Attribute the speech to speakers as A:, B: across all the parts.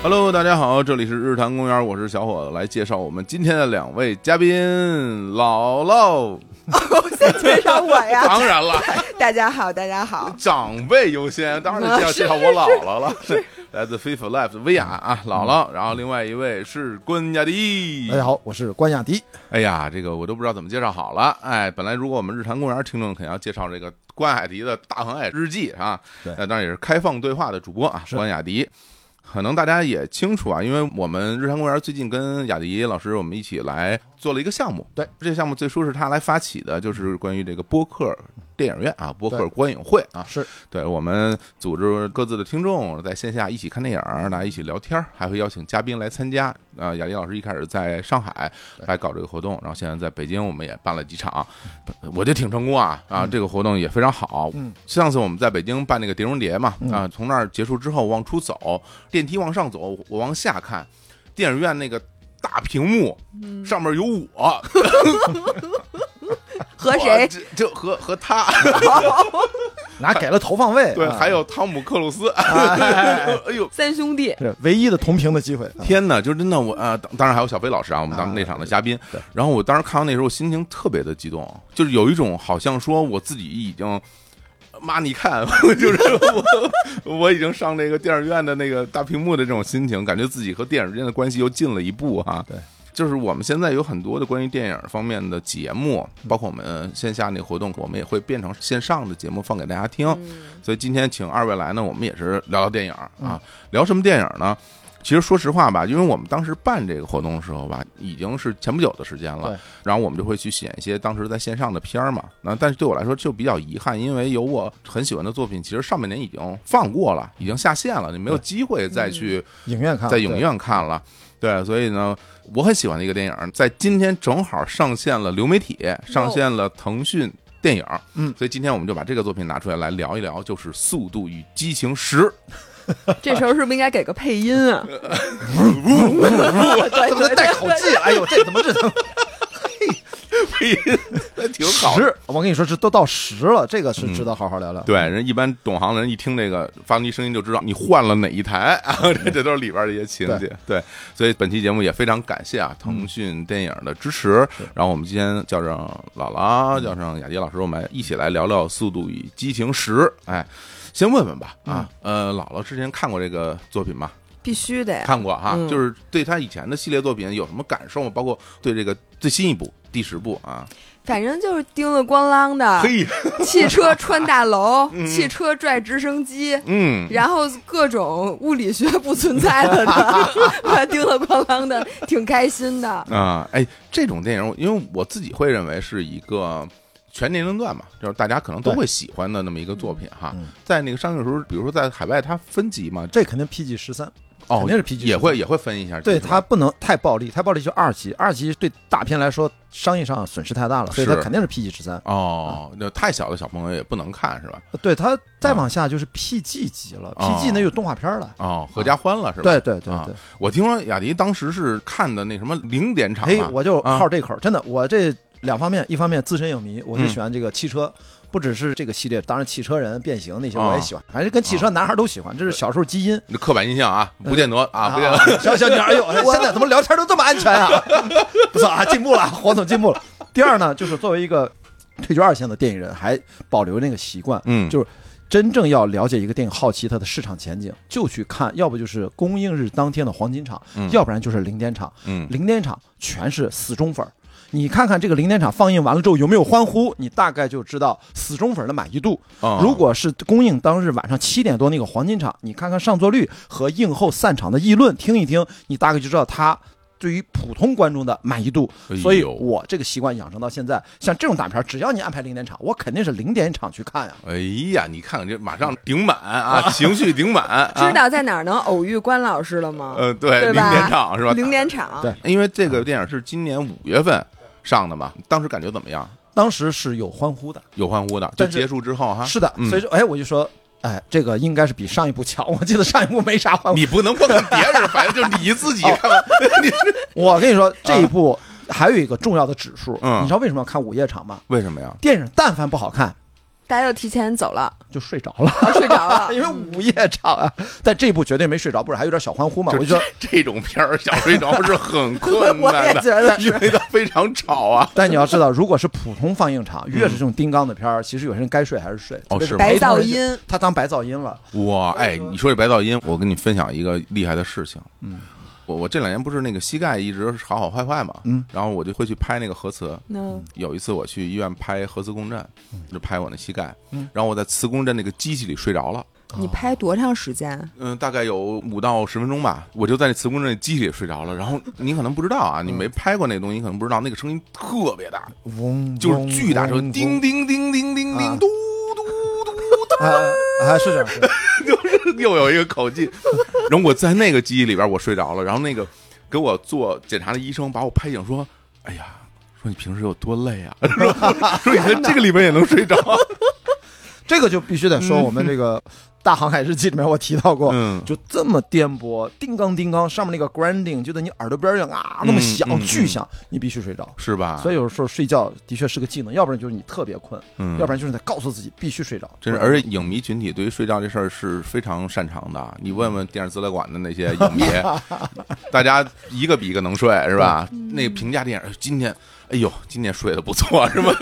A: Hello，大家好，这里是日坛公园，我是小伙子，来介绍我们今天的两位嘉宾，姥姥，
B: 先介绍我 呀！
A: 当然了，
B: 大家好，大家好，
A: 长辈优先，当然得要介绍我姥姥了，来自 FIFA Life 的薇娅啊，姥姥，然后另外一位是关 E 雅迪
C: 大，家好，我是关雅迪。
A: 哎呀，这个我都不知道怎么介绍好了。哎，本来如果我们日坛公园听众肯定要介绍这个关雅迪的《大航海日记》啊，
C: 对
A: 那当然也是开放对话的主播啊，
C: 是
A: 关雅迪。可能大家也清楚啊，因为我们日坛公园最近跟雅迪老师我们一起来做了一个项目。
C: 对，
A: 这个项目最初是他来发起的，就是关于这个播客电影院啊，播客
C: 对
A: 观影会啊，
C: 是
A: 对我们组织各自的听众在线下一起看电影儿，大家一起聊天儿，还会邀请嘉宾来参加。啊，雅迪老师一开始在上海来搞这个活动，然后现在在北京我们也办了几场，我觉得挺成功啊啊，这个活动也非常好。
C: 嗯，
A: 上次我们在北京办那个碟中谍嘛，啊，从那儿结束之后往出走，电梯往上走，我往下看，电影院那个大屏幕上面有我
B: 和谁？
A: 这这和和他。
C: 哪给了投放位？
A: 对，
C: 啊
A: 还有汤姆克鲁斯， 哎呦，
B: 三兄弟，
C: 是唯一的同屏的机会。啊
A: 天哪，就真的我啊、当当然还有小飞老师啊，我们当
C: 啊
A: 那场的嘉宾
C: 对。
A: 然后我当时看到那时候，我心情特别的激动，就是有一种好像说我自己已经。妈，你看， 就是我， 我已经上那个电影院的那个大屏幕的这种心情，感觉自己和电影之间的关系又近了一步哈。
C: 对，
A: 就是我们现在有很多的关于电影方面的节目，
C: 嗯
A: 包括我们线下那活动，我们也会变成线上的节目放给大家听。
C: 嗯
A: 所以今天请二位来呢，我们也是聊聊电影啊，聊什么电影呢？其实说实话吧，因为我们当时办这个活动的时候吧，已经是前不久的时间了
C: 对。
A: 然后我们就会去选一些当时在线上的片儿嘛。那但是对我来说就比较遗憾，因为有我很喜欢的作品，其实上半年已经放过了，已经下线了，你没有机会再去
C: 影院看，
A: 在影
C: 对
A: 院看了。对，所以呢，我很喜欢的一个电影，在今天正好上线了流媒体，上线了腾讯电影。
C: 嗯
A: 所以今天我们就把这个作品拿出来来聊一聊，就是《速度与激情十》。
B: 这时候是不是应该给个配音啊？
A: 呃
B: 对
C: 怎么能
B: 对
C: 带口技？哎呦，这怎么这怎么
A: 挺好的。
C: 十？我跟你说，这都到十了，这个是值得好好聊聊。
A: 对，人一般懂行的人一听这个发出声音就知道你换了哪一台啊，这这都是里边的一些情节。对，所以本期节目也非常感谢啊腾讯电影的支持。然后我们今天叫上姥姥，叫上雅迪老师，我们一起来聊聊《速度与激情十》。哎，先问问吧啊，呃，姥姥之前看过这个作品吗？
B: 必须的呀！
A: 看过哈，
B: 嗯
A: 就是对他以前的系列作品有什么感受吗？包括对这个最新一部第十部啊，
B: 反正就是叮了咣啷的，
A: 嘿，
B: 汽车穿大 楼，汽车拽直升机。
A: 嗯，
B: 然后各种物理学不存在 了的，叮了咣啷的，挺开心的。
A: 啊、哎，这种电影，因为我自己会认为是一个全年龄段嘛，就是大家可能都
C: 对
A: 会喜欢的那么一个作品哈
C: 嗯。
A: 在那个上映的时候，比如说在海外它分级嘛，
C: 这肯定 PG 十三，
A: 哦
C: 肯，定是 PG，
A: 也会也会分一下级
C: 对
A: 是吧，
C: 它不能太暴力，太暴力就二级，二级对大片来说商业上损失太大了，所以它
A: 是
C: 肯定是 PG 十三。
A: 哦，那太小的小朋友也不能看是吧？
C: 对它再往下就是 PG 级了
A: 啊
C: ，PG 那就是动画片了。
A: 哦，合家欢了是吧？
C: 啊对对对
A: 啊
C: 对，
A: 我听说雅迪当时是看的那什么零点场
C: 哎
A: 嘛，，
C: 我就
A: 啊
C: 好这口儿，真的，我这两方面，一方面自身影迷，我
A: 嗯
C: 是喜欢这个汽车，不只是这个系列，当然汽车人、变形那些我
A: 啊
C: 也喜欢，反正跟汽车男孩都喜欢，这是小时候基因。
A: 那刻板印象啊，不
C: 呃
A: 见得啊，不见得。
C: 小小女孩，哎呦， 现在怎么聊天都这么安全啊？不错啊，进步了，黄总进步了。第二呢，就是作为一个退居二线的电影人，还保留那个习惯，
A: 嗯
C: 就是真正要了解一个电影，好奇它的市场前景，就去看，要不就是公映日当天的黄金场，
A: 嗯
C: 要不然就是零点场。
A: 嗯
C: 零点场全是死忠粉儿。你看看这个零点场放映完了之后有没有欢呼，你大概就知道死忠粉儿的满意度。
A: 啊
C: 如果是公映当日晚上七点多那个黄金场，你看看上座率和映后散场的议论，听一听，你大概就知道他对于普通观众的满意度。
A: 哎呦
C: 所以我这个习惯养成到现在，像这种大片儿，只要你安排零点场，我肯定是零点场去看呀、
A: 哎呀，你看看这马上顶满啊，情绪顶满啊，
B: 知道在哪儿能偶遇关老师了吗？
A: 呃，对，
B: 对
A: 零
B: 吧
A: 点场是吧？
B: 零点场，
C: 对
A: 因为这个电影是今年五月份上的嘛，当时感觉怎么样？
C: 当时是有欢呼的，
A: 有欢呼的，就
C: 但是
A: 结束之后哈，
C: 是的，
A: 嗯
C: 所以说，哎，我就说，哎，这个应该是比上一部强。我记得上一部没啥欢呼。
A: 你不能光看别人，反正 就是你自己看吧。你
C: 我跟你说，这一部还有一个重要的指数，
A: 啊嗯
C: 你知道为什么要看午夜场吗？
A: 为什么呀？
C: 电影但凡不好看，
B: 大家就提前走了，
C: 就睡着了，。
B: 啊，睡着了
A: 哎
C: 因为午夜场啊。但这部绝对没睡着，不然还有点小欢呼嘛。我
A: 就
C: 就说
A: 这，这种片儿想睡着是很困
B: 我 也
A: 难
B: 觉
A: 的，
B: 得
A: 因为它非常吵啊。
C: 但你要知道，如果是普通放映场，越是这种丁刚的片儿，其实有些人该睡还是睡，
A: 哦
C: 特别
A: 是吗
B: 白
C: 陪同
B: 噪
C: 人去
B: 音，
C: 他当白噪音了。
A: 哇，哎，你说这白噪音，我跟你分享一个厉害的事情。嗯，我我这两年不是那个膝盖一直好好坏坏嘛，
C: 嗯，
A: 然后我就会去拍那个核磁。
B: 嗯，
A: 有一次我去医院拍核磁共振，就拍我那膝盖，
C: 嗯
A: 然后我在磁共振那个机器里睡着了，
B: 你拍多长时间？啊
A: 嗯、大概有五到十分钟吧，我就在那磁共振那机器里睡着了。然后你可能不知道啊，你没拍过那个东西，你可能不知道那个声音特别大，
C: 嗡，
A: 就是巨大声，
C: 嗡
A: 叮。叮叮叮叮
C: 啊
A: 叮，嘟嘟嘟嘟，
C: 啊啊，是这样，是这样
A: 就是又有一个口技。然后我在那个记忆里边我睡着了，然后那个给我做检查的医生把我拍醒说：“哎呀，说你平时有多累啊？说说你在这个里边也能睡 着。
C: 这个就必须得说我们这个《大航海日记》里面我提到”过，
A: 嗯，
C: 就这么颠簸，叮当叮当，上面那个 grinding 就在你耳朵边上啊，那么响，
A: 嗯啊嗯嗯
C: 巨响，你必须睡着。
A: 是吧？
C: 所以
A: 以，
C: 有时候睡觉的确是个技能，要不然就是你特别困，
A: 嗯
C: 要不然就是你得告诉自己必须睡着。
A: 真是，而且影迷群体对于睡觉这事儿是非常擅长的。你问问电影资料馆的那 些影迷，大家一个比一个能睡，是吧？那个评价电影，今天，哎呦，今天睡得不错，是吧？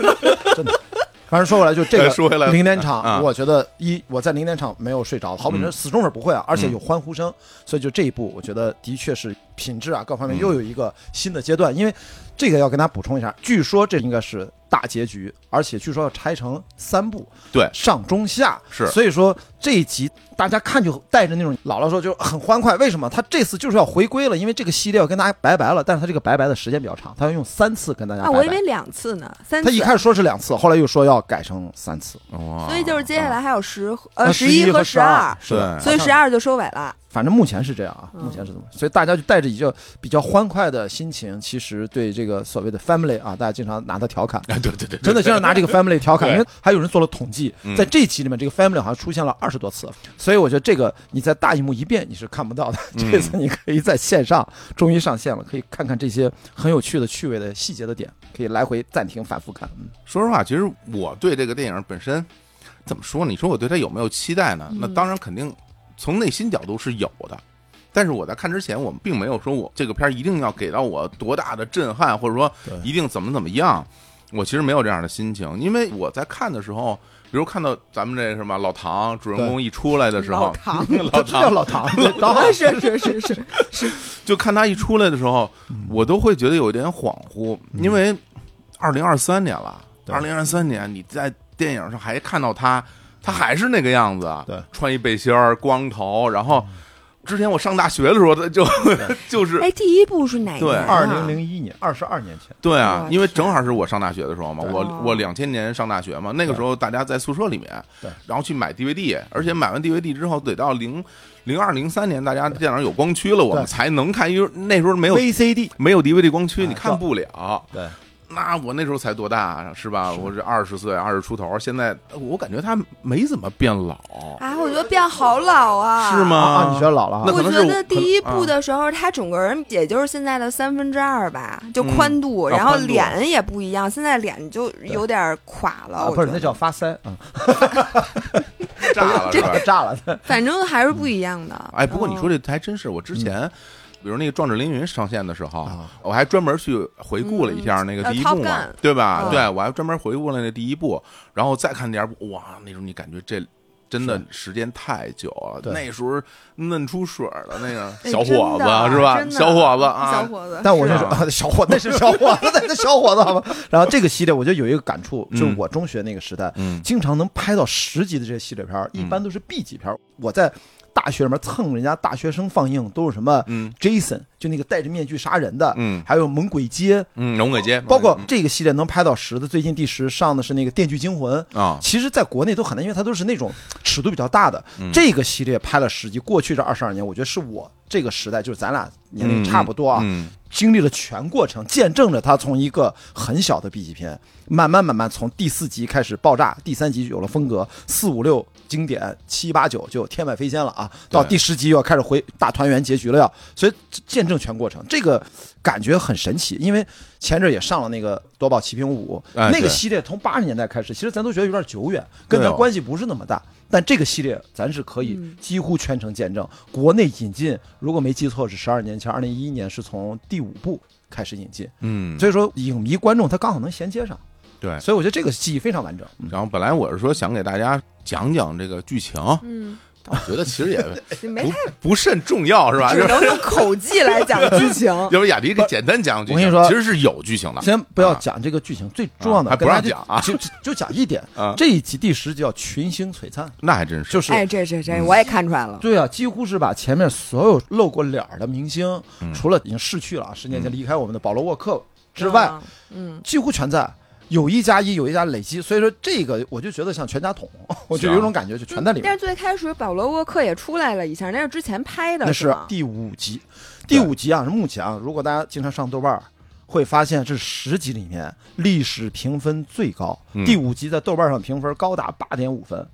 C: 反正说回来，就这个
A: 说回来
C: 零点
A: 啊嗯
C: 场，我觉得一我在零点场没有睡着，好比说死忠粉不会啊，而且有欢呼声，所以就这一步，我觉得的确是品质啊各方
A: 嗯
C: 面又有一个新的阶段。因为这个要跟大家补充一下，据说这应该是大结局，而且据说要拆成三部，
A: 对
C: 上中下
A: 是
C: 所以说这一集大家看就带着那种姥姥说就很欢快，为什么？他这次就是要回归了，因为这个系列要跟大家拜拜了，但是他这个拜拜的时间比较长，他要用三次跟大家
B: 啊，
C: 拜
B: 我
C: 拜。
B: 以为两次呢，三
C: 他
B: 次。
C: 一开始说是两次，后来又说要改成三次。
A: 哇
B: 所以就是接下来还有十
C: 啊
B: 呃十一和十二，
C: 是的，
B: 所以十
C: 二，
B: 二就收尾了。
C: 反正目前是这样啊，
B: 嗯
C: 目前是这么，所以大家就带着一个比较欢快的心情，其实对这个所谓的 family 啊，大家经常拿它调侃。
A: 啊，对对对，
C: 真的经常拿这个 family 调侃，
A: 对
C: 因为还有人做了统计
A: 嗯，
C: 在这期里面，这个 family 好像出现了二十多次，所以我觉得这个你在大荧幕一遍你是看不到的，
A: 嗯
C: 这次你可以在线上终于上线了，可以看看这些很有趣的、趣味的细节的点，可以来回暂停反复看。嗯
A: 说实话，其实我对这个电影本身怎么说呢？你说我对它有没有期待呢？
B: 嗯
A: 那当然肯定从内心角度是有的，但是我在看之前，我们并没有说我这个片儿一定要给到我多大的震撼，或者说
C: 对
A: 一定怎么怎么样。我其实没有这样的心情，因为我在看的时候，比如看到咱们这什么老唐主人公一出来的时候
B: 老，唐
A: 老
C: 这叫
A: 唐
C: 老唐，老唐
B: 啊是是是是，
A: 就看他一出来的时候，
C: 嗯
A: 我都会觉得有一点恍惚，因为二零二三年了，
C: 对
A: 二零二三年你在电影上还看到他，他还是那个样子，啊
C: 对，嗯
A: 穿一背心儿，光头，然后之前我上大学的时候，他就 就是
B: 哎，第一部是哪一
A: 对
B: 年啊？
C: 二零零一年，二十二年前，
A: 对啊，
B: 哇
A: 因为正好是我上大学的时候嘛，
C: 对
A: 我
B: 哦
A: 我两千年上大学嘛，那个时候大家在宿舍里面
C: 对，
A: 然后去买 DVD，而且买完 DVD 之后得到零零二零三年，大家电脑有光驱了，我们
C: 对
A: 才能看，因为那时候没有
C: VCD，
A: 没有 DVD 光驱，
C: 哎
A: 你看不了。
C: 对，
A: 那我那时候才多大啊是吧？我是二十岁，二十出头。现在呃我感觉他没怎么变老，
B: 啊，我觉得变好老啊，
A: 是？吗？
C: 啊，你觉得老了
A: 那
C: 啊？
B: 我
A: 可能
B: 觉
A: 是
B: 得
A: 我
B: 第一部的时候，他整个人也就是现在的三分之二吧，就
A: 嗯
B: 宽度，
A: 啊
B: 然后
A: 宽度
B: 脸也不一样，现在脸就有点垮了。
C: 啊，
B: 我
C: 不是，
B: 觉
C: 那
B: 得
C: 叫发腮啊，
A: 嗯 炸了是吧？
C: 炸了，
B: 反正还是不一样的。嗯
A: 哎，不过你说
B: 这
A: 这还真是，我之
B: 嗯
A: 前。比如那个《壮志凌云》上线的时候
C: 啊，
A: 我还专门去回顾了一下那个
B: 嗯
A: 第一
B: 呃
A: 部嘛
B: Top Gun，
A: 对吧？
B: 嗯
A: 对，我还专门回顾了那第一部，然后再看第二部，哇，那时候你感觉这真的时间太久了，
C: 对
A: 那时候嫩出水儿了，那个
B: 哎
A: 小伙
B: 真的
A: 子是吧？
B: 真的
A: 小伙子啊，
B: 小伙子，
C: 但我
A: 是啊
C: 那时候啊小伙，那是小伙子，那是小伙子，好吧。然后这个系列，我觉得有一个感触，就是
A: 嗯
C: 我中学那个时代，
A: 嗯
C: 经常能拍到十集的这些系列片儿，一般都是 B 级片儿。我在大学里面蹭人家大学生放映，都是什么
A: 嗯
C: Jason，就那个戴着面具杀人的，
A: 嗯
C: 还有《猛鬼街》，
A: 嗯，龙鬼街，
C: 包括这个系列能拍到十的，最近第十上的是那个《电锯惊魂》
A: 啊
C: 其实，在国内都很难，因为它都是那种尺度比较大的。
A: 嗯
C: 这个系列拍了十集，过去这二十二年，我觉得是我这个时代，就是咱俩年龄差不多啊，
A: 嗯嗯嗯
C: 经历了全过程，见证着它从一个很小的 B 级片，慢慢慢慢从第四集开始爆炸，第三集有了风格，四五六经典，七八九就天外飞仙了啊！到
A: 对
C: 第十集又要开始回大团圆结局了要，所以见证全过程，这个感觉很神奇，因为前阵也上了那个《夺宝奇兵五》，
A: 哎
C: 那个
A: 对
C: 系列从八十年代开始，其实咱都觉得有点久远，跟
A: 对
C: 咱
A: 哦
C: 关系不是那么大。但这个系列咱是可以几乎全程见证。国内引进，如果没记错是十二年前，二零一一年是从第五部开始引进，
A: 嗯，哎
C: 所以说影迷观众他刚好能衔接上，
A: 对。
C: 所以我觉得这个记忆非常完整。
A: 然后本来我是说想给大家讲讲这个剧 情，
B: 嗯，
A: 但我觉得其实也
B: 没
A: 不不甚重要，是吧？
B: 只
A: 要
B: 能用口技来讲剧情。
A: 要不雅迪给简单讲讲剧情，
C: 我跟你说
A: 其实是有剧情的。
C: 先不要讲这个剧情，最重要
A: 啊啊
C: 的
A: 还
C: 跟
A: 不
C: 大
A: 让
C: 家
A: 讲啊
C: 就就就讲一点
A: 啊，
C: 这一集第十集叫群星璀璨，
A: 那还真是，
C: 就是嗯
B: 哎，这这这，我也看出来了。
C: 对啊，几乎是把前面所有露过脸儿的明星，
A: 嗯
C: 除了已经逝去了啊，十年前离开我们的保罗沃克之外，
B: 啊，嗯，
C: 几乎全在。有一加一，有一加累积，所以说这个我就觉得像全家桶， 我
A: 啊
C: 就有种感觉，就全在里
B: 但
C: 面。
B: 是最开始保罗沃克也出来了一下，那是之前拍的，
C: 那
B: 是啊
C: 是
B: 吗？
C: 第五集，
A: 对
C: 第五集啊，是目前啊，如果大家经常上豆瓣儿，会发现这十集里面历史评分最高，
A: 嗯
C: 第五集在豆瓣上评分高达八点五分，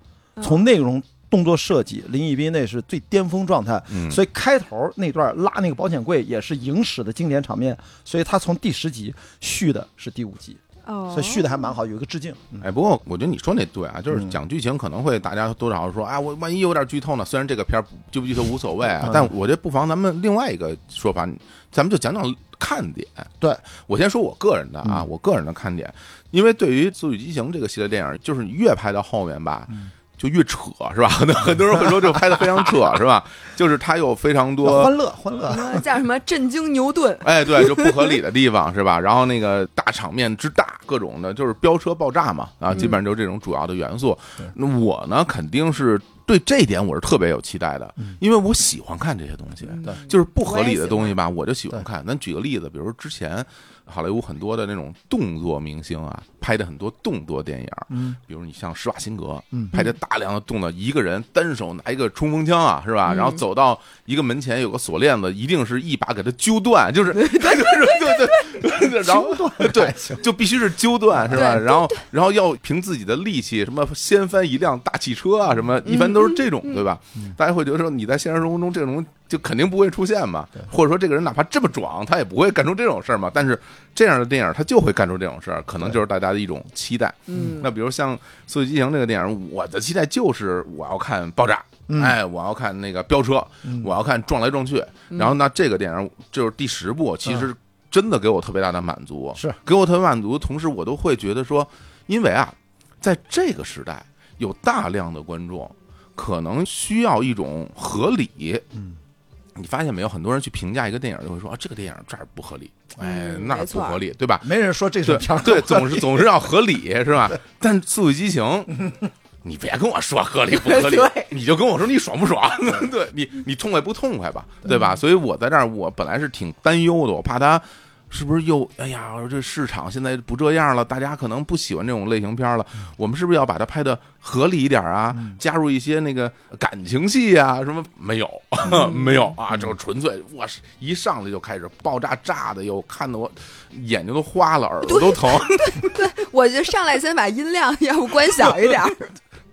C: 从内容。动作设计，林奕斌那是最巅峰状态，
A: 嗯
C: 所以开头那段拉那个保险柜也是影史的经典场面，所以他从第十集续的是第五集，
B: 哦
C: 所以续的还蛮好，有一个致敬。嗯
A: 哎，不过我觉得你说那对啊，就是讲剧情可能会大家多少说啊，我万一有点剧透呢。虽然这个片儿不剧不剧透无所谓啊
C: 嗯，
A: 但我觉得不妨咱们另外一个说法，咱们就讲讲看点。
C: 对嗯
A: 我先说我个人的啊，我个人的看点，因为对于《速度与激情》这个系列电影，就是你越拍到后面吧。
C: 嗯
A: 就越扯是吧？ 很多很多人会说这个拍的非常扯是吧？就是它有非常多
C: 欢乐欢乐，
B: 呃叫什么震惊牛顿，
A: 哎，对，就不合理的地方是吧？ 然后那个大场面之大，各种的，就是飙车爆炸嘛，啊，基本上就是这种主要的元素。那我呢，肯定是对这一点我是特别有期待的，因为我喜欢看这些东西，
C: 对
A: 就是不合理的东西吧，嗯我就喜欢看。咱举个例子，比如说之前好莱坞很多的那种动作明星啊，拍的很多动作电影，
C: 嗯，
A: 比如你像施瓦辛格，
C: 嗯
A: 拍的大量的动作，一个人单手拿一个冲锋枪啊，是吧？
B: 嗯
A: 然后走到一个门前有个锁链子，一定是一把给他揪断，就是对对对对，然后
C: 修段
A: 对
C: 还行，
A: 就必须是揪断是吧？
B: 对对
A: 然后然后要凭自己的力气，什么掀翻一辆大汽车啊，什么一般都是这
B: 嗯
A: 种对吧？大家会觉得说你在现实生活中这种就肯定不会出现嘛，或者说这个人哪怕这么壮，他也不会干出这种事儿嘛。但是这样的电影他就会干出这种事儿，可能就是大家的一种期待。
B: 嗯
A: 那比如像《速度与激情》这个电影，我的期待就是我要看爆炸，哎，我要看那个飙车，我要看撞来撞去。
B: 嗯
A: 然后那这个电影就是第十部，其实真的给我特别大的满足，
C: 是
A: 给我特别满足。同时，我都会觉得说，因为啊，在这个时代有大量的观众可能需要一种合理，
C: 嗯。
A: 你发现没有？很多人去评价一个电影，就会说啊，这个电影这儿不合理，哎，
B: 嗯
A: 那儿
B: 没
A: 不
B: 错
A: 合理，对吧？
C: 没人说这
A: 对
C: 种片儿
A: 对，总是总是要合理，是吧？但《速度与激情》，你别跟我说合理不合理
B: 对，
A: 你就跟我说你爽不爽，对你你痛快不痛快吧，对吧？所以我在这儿，我本来是挺担忧的，我怕他。是不是又哎呀？这市场现在不这样了，大家可能不喜欢这种类型片儿了。我们是不是要把它拍的合理一点啊？加入一些那个感情戏啊？什么没有？ 没有啊？就纯粹我是一上来就开始爆炸炸的，哟，看得我眼睛都花了，耳朵都疼。
B: 我就上来先把音量要不关小一点 儿，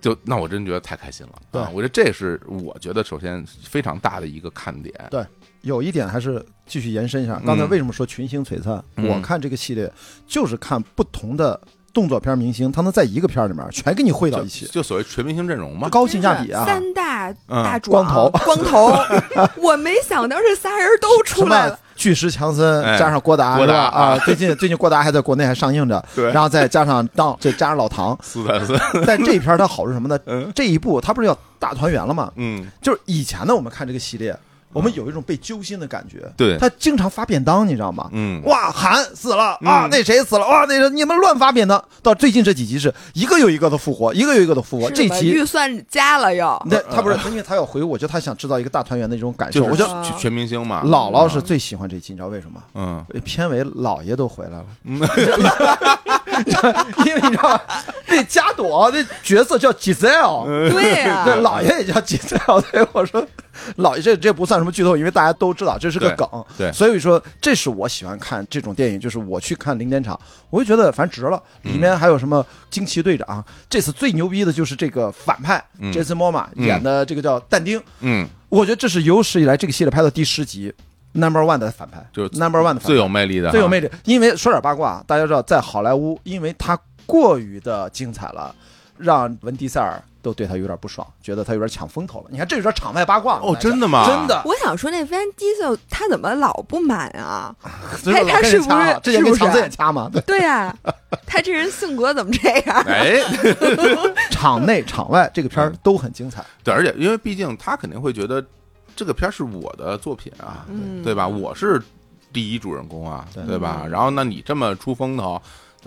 A: 就那我真觉得太开心了。
C: 对
A: 啊我觉得这是我觉得首先非常大的一个看点。
C: 对， 有一点还是继续延伸一下，刚才
A: 嗯
C: 为什么说群星璀璨？
A: 嗯
C: 我看这个系列就是看不同的动作片明星，他能在一个片儿里面全给你汇到
A: 就
C: 一起，
A: 就所谓全明星阵容嘛。
C: 高性价比啊！
B: 三大
A: 嗯
B: 大壮
C: 光
B: 光 头，我没想到这仨人都
C: 什
B: 出来
C: 么
B: 了，
C: 巨石强森
A: 哎
C: 加上郭达
A: 郭
C: 是
A: 达
C: 吧？
A: 啊
C: 啊，最近 最近郭达还在国内还上映着，
A: 对
C: 然后再加上当再加上老唐，
A: 斯坦森，
C: 但这一片儿它好是什么呢？
A: 嗯
C: 这一部它不是要大团圆了吗？
A: 嗯，
C: 就是以前呢，我们看这个系列，我们有一种被揪心的感觉，
A: 对
C: 他经常发便当，你知道吗？
A: 嗯
C: 哇，韩死了
A: 嗯
C: 啊，那谁死了哇，那个你们乱发便当。到最近这几集是一个又一个的复活，一个又一个的复活。
B: 是
C: 这
B: 吧
C: 集
B: 预算加了又，
C: 那他不是，因为他要回，我觉得他想制造一个大团圆的这种感受。
A: 呃就是
C: 我觉得
A: 全全明星嘛。
C: 姥姥是最喜欢这集，你知道为什么？
A: 嗯，
C: 片尾姥爷都回来了， 因为你知道吧，那加朵那角色叫 Giselle，
A: 嗯
B: 对
A: 啊
B: 啊呀、
C: 对，老爷也叫吉赛奥。对，我说，老爷这这不算什么剧透，因为大家都知道这是个
A: 对
C: 梗。
A: 对
C: 所以说这是我喜欢看这种电影，就是我去看零点场，我就觉得反正值了。里面
A: 嗯
C: 还有什么惊奇队长，这次最牛逼的就是这个反派、杰森· m 玛演的这个叫但丁，
A: 嗯，
C: 我觉得这是有史以来这个系列拍到第十集。 number one 的反派，
A: 就是
C: number one 的反派
A: 最有魅力的，
C: 最有魅力。因为说点八卦，大家知道，在好莱坞，因为他过于的精彩了，让文迪塞尔都对他有点不爽，觉得他有点抢风头了。你看，这有点场外八卦了。
A: 哦，
C: 大家
A: 真的吗？
C: 真的，
B: 我想说那 Van Diesel 他怎么老不满啊？
C: 所以说
B: 他他
C: 老跟
B: 是不
C: 人
B: 是
C: 掐嘛之前跟
B: 是不是
C: 强子也掐嘛？对，
B: 对啊，他这人性格怎么这样？
A: 哎，
C: 场内场外这个片儿都很精彩。
A: 对，而且因为毕竟他肯定会觉得这个片儿是我的作品啊，
B: 嗯，
A: 对吧？我是第一主人公啊，
C: 对
A: 对吧？
B: 嗯
A: 然后那你这么出风头，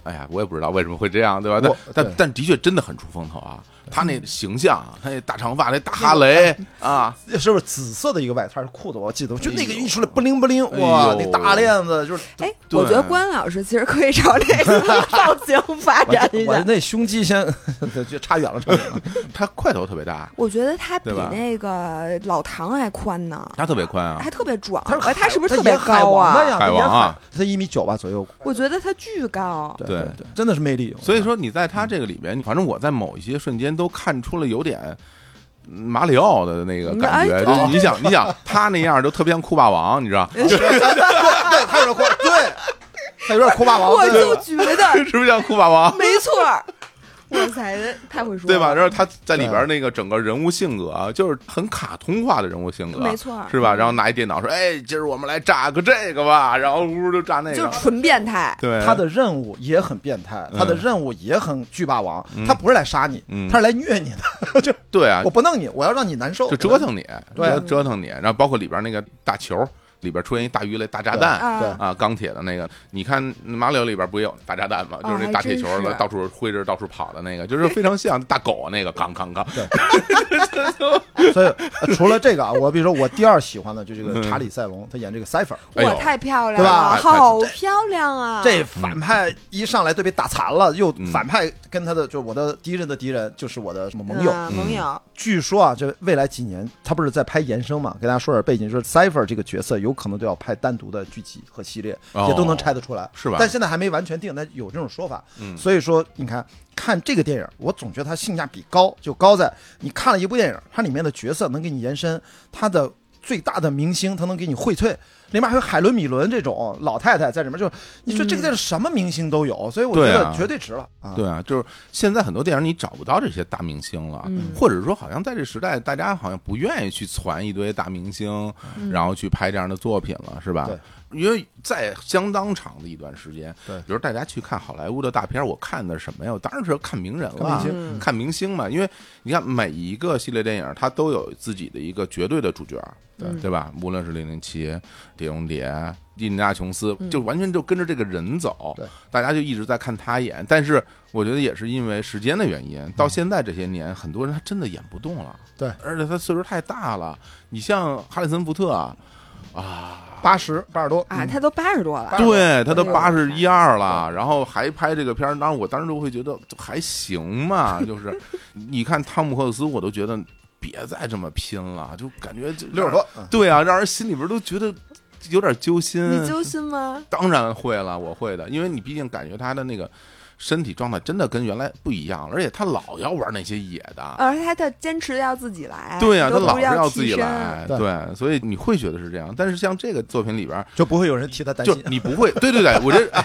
A: 哎呀，我也不知道为什么会这样，对吧？但
C: 我对
A: 但但的确真的很出风头啊！他那形象，啊他那大长发，那大哈雷啊，
C: 是不是紫色的一个外套是裤子？我记得，就那个
A: 哎呦
C: 一出来不灵不灵，
A: 哎呦
C: 哇，那大链子就是。
B: 哎，
A: 对
B: 我觉得关老师其实可以朝这个 造型发
C: 我
B: 展一
C: 我
B: 下。
C: 那胸肌先 就差远了，差远了。
A: 他块头特别大，
B: 我觉得他比
A: 对吧
B: 那个老唐还宽呢，
A: 他特别宽啊
B: 还，特别壮。
C: 他
B: 哎他是不是
C: 他
B: 特别
C: 演海
B: 高
C: 王的
B: 啊？
C: 呀？
A: 海王啊
C: 他演海，他一米九吧左右。
B: 我觉得他巨高。
C: 对
A: 对
C: 对，真的是魅力。
A: 所以说你在他这个里边，反正我在某一些瞬间都看出了有点。嗯马里奥的那个感觉，
B: 哎
A: 就是你想，你想他那样就特别像酷霸王，你知道，
C: 对，他有点酷，对，他有点酷霸王，
B: 我
C: 对
B: 就觉 得
A: 是不是像酷霸王？
B: 没错儿，哇塞，太会说了，
A: 对吧？然后他在里边那个整个人物性格啊，就是很卡通化的人物性格，啊
B: 没错
A: 是吧？然后拿一电脑说：“哎，今儿我们来炸个这个吧。”然后呜就炸那
B: 就
A: 个
B: 是，纯变态。
A: 对，
C: 他的任务也很变态，他的任务也很巨霸王，他不是来杀你，
A: 嗯
C: 他是来虐你的，就
A: 对啊
C: 我，不弄你，我要让你难受，
A: 就折腾你，
C: 对啊
A: 折折腾你。然后包括里边那个大球，里边出现一大鱼雷、大炸弹。
B: 啊
C: 对
A: 啊，钢铁的那个，你看马里奥里边不也有大炸弹吗？
B: 哦
A: 就是那大铁球
B: 还真是
A: 到处挥着、到处跑的那个，就是非常像大狗啊那个， 扛扛扛。
C: 对。 所以呃除了这个啊，我比如说我第二喜欢的就这个
A: 嗯
C: 查理塞隆，他演这个 Cipher，
A: 哎
B: 哇，
A: 呦
B: 太漂亮
C: 对
B: 了，
C: 吧
B: 好漂亮啊！
C: 这反派一上来都被打残了，又
A: 嗯
C: 反派跟他的就是我的敌人的敌人就是我的什么盟友，
B: 嗯盟友，
C: 据说啊，这未来几年他不是在拍衍生嘛？给大家说点背景，就是 Cipher 这个角色有可能都要拍单独的剧集和系列，
A: 哦
C: 也都能拆得出来，
A: 是吧
C: 但现在还没完全定，但有这种说法。
A: 嗯
C: 所以说你看看这个电影，我总觉得它性价比高，就高在你看了一部电影，它里面的角色能给你延伸，它的最大的明星他能给你荟萃。里面还有海伦·米伦这种老太太在里面，就是你说这个电影什么明星都有，所以我觉
A: 对
C: 得
A: 啊
C: 绝对值了啊！
A: 对啊，就是现在很多电影你找不到这些大明星了，
B: 嗯
A: 或者说好像在这时代，大家好像不愿意去传一堆大明星，然后去拍这样的作品了，是吧？
C: 嗯对
A: 因为在相当长的一段时间，
C: 对
A: 比如大家去看好莱坞的大片儿，我看的是什么呀？我当然是要看名人了，
C: 看明星
B: 嗯
A: 看明星嘛。因为你看每一个系列电影，它都有自己的一个绝对的主角，
B: 对
C: 嗯
A: 对吧？无论是零零七、碟中谍、印第安琼斯
B: 嗯，
A: 就完全就跟着这个人走，
C: 对
A: 大家就一直在看他演。但是我觉得也是因为时间的原因，到现在这些年，很多人他真的演不动了，
C: 嗯对，
A: 而且他岁数太大了。你像哈里森福特啊，
C: 八十八十多嗯
B: 啊，他都八十多了，
A: 对他都
B: 哎呦
A: 八十一二了，然后还拍这个片儿，当然我当时就会觉得还行 嘛，就是你看汤姆克鲁斯，我都觉得别再这么拼了，就感觉就
C: 六十，多，嗯
A: 对啊，让人心里边都觉得有点揪心。
B: 你揪心吗？
A: 当然会了，我会的，因为你毕竟感觉他的那个身体状态真的跟原来不一样了，而且他老要玩那些野的。
B: 而且他的坚持要自己来，
A: 对呀、
B: 啊都
A: 他老
B: 不
A: 是
B: 要
A: 要
B: 替
A: 自己
B: 身，
A: 来，
C: 对
A: 对，所以你会觉得是这样。但是像这个作品里边，
C: 就不会有人替他担
A: 就
C: 心。
A: 你不会，对啊对对，我这、哎、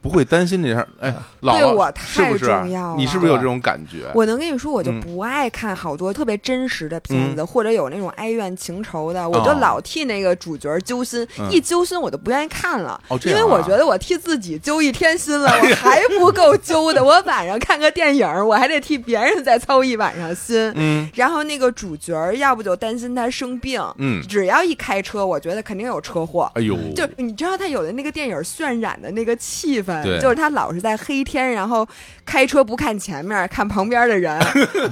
A: 不会担心这事儿。哎，老
B: 对
A: 了
B: 我
A: 是
B: 太
A: 不是
B: 重要了
A: 你是不是有这种感觉？
B: 我能跟你说，我就
A: 嗯
B: 不爱看好多特别真实的片子，或者有那种哀怨情仇的，我就老替那个主角揪心，
A: 哦嗯
B: 一揪心我就不愿意看了，
A: 哦这
B: 因
A: 样啊
B: 为我觉得我替自己揪一天 心了，我还不够揪的，我晚上看个电影，我还得替别人再操一晚上心。
A: 嗯
B: 然后那个主角儿要不就担心他生病，
A: 嗯，
B: 只要一开车，我觉得肯定有车祸。
A: 哎呦，
B: 就你知道他有的那个电影渲染的那个气
A: 对
B: 氛，就是他老是在黑天，然后开车不看前面，看旁边 的人，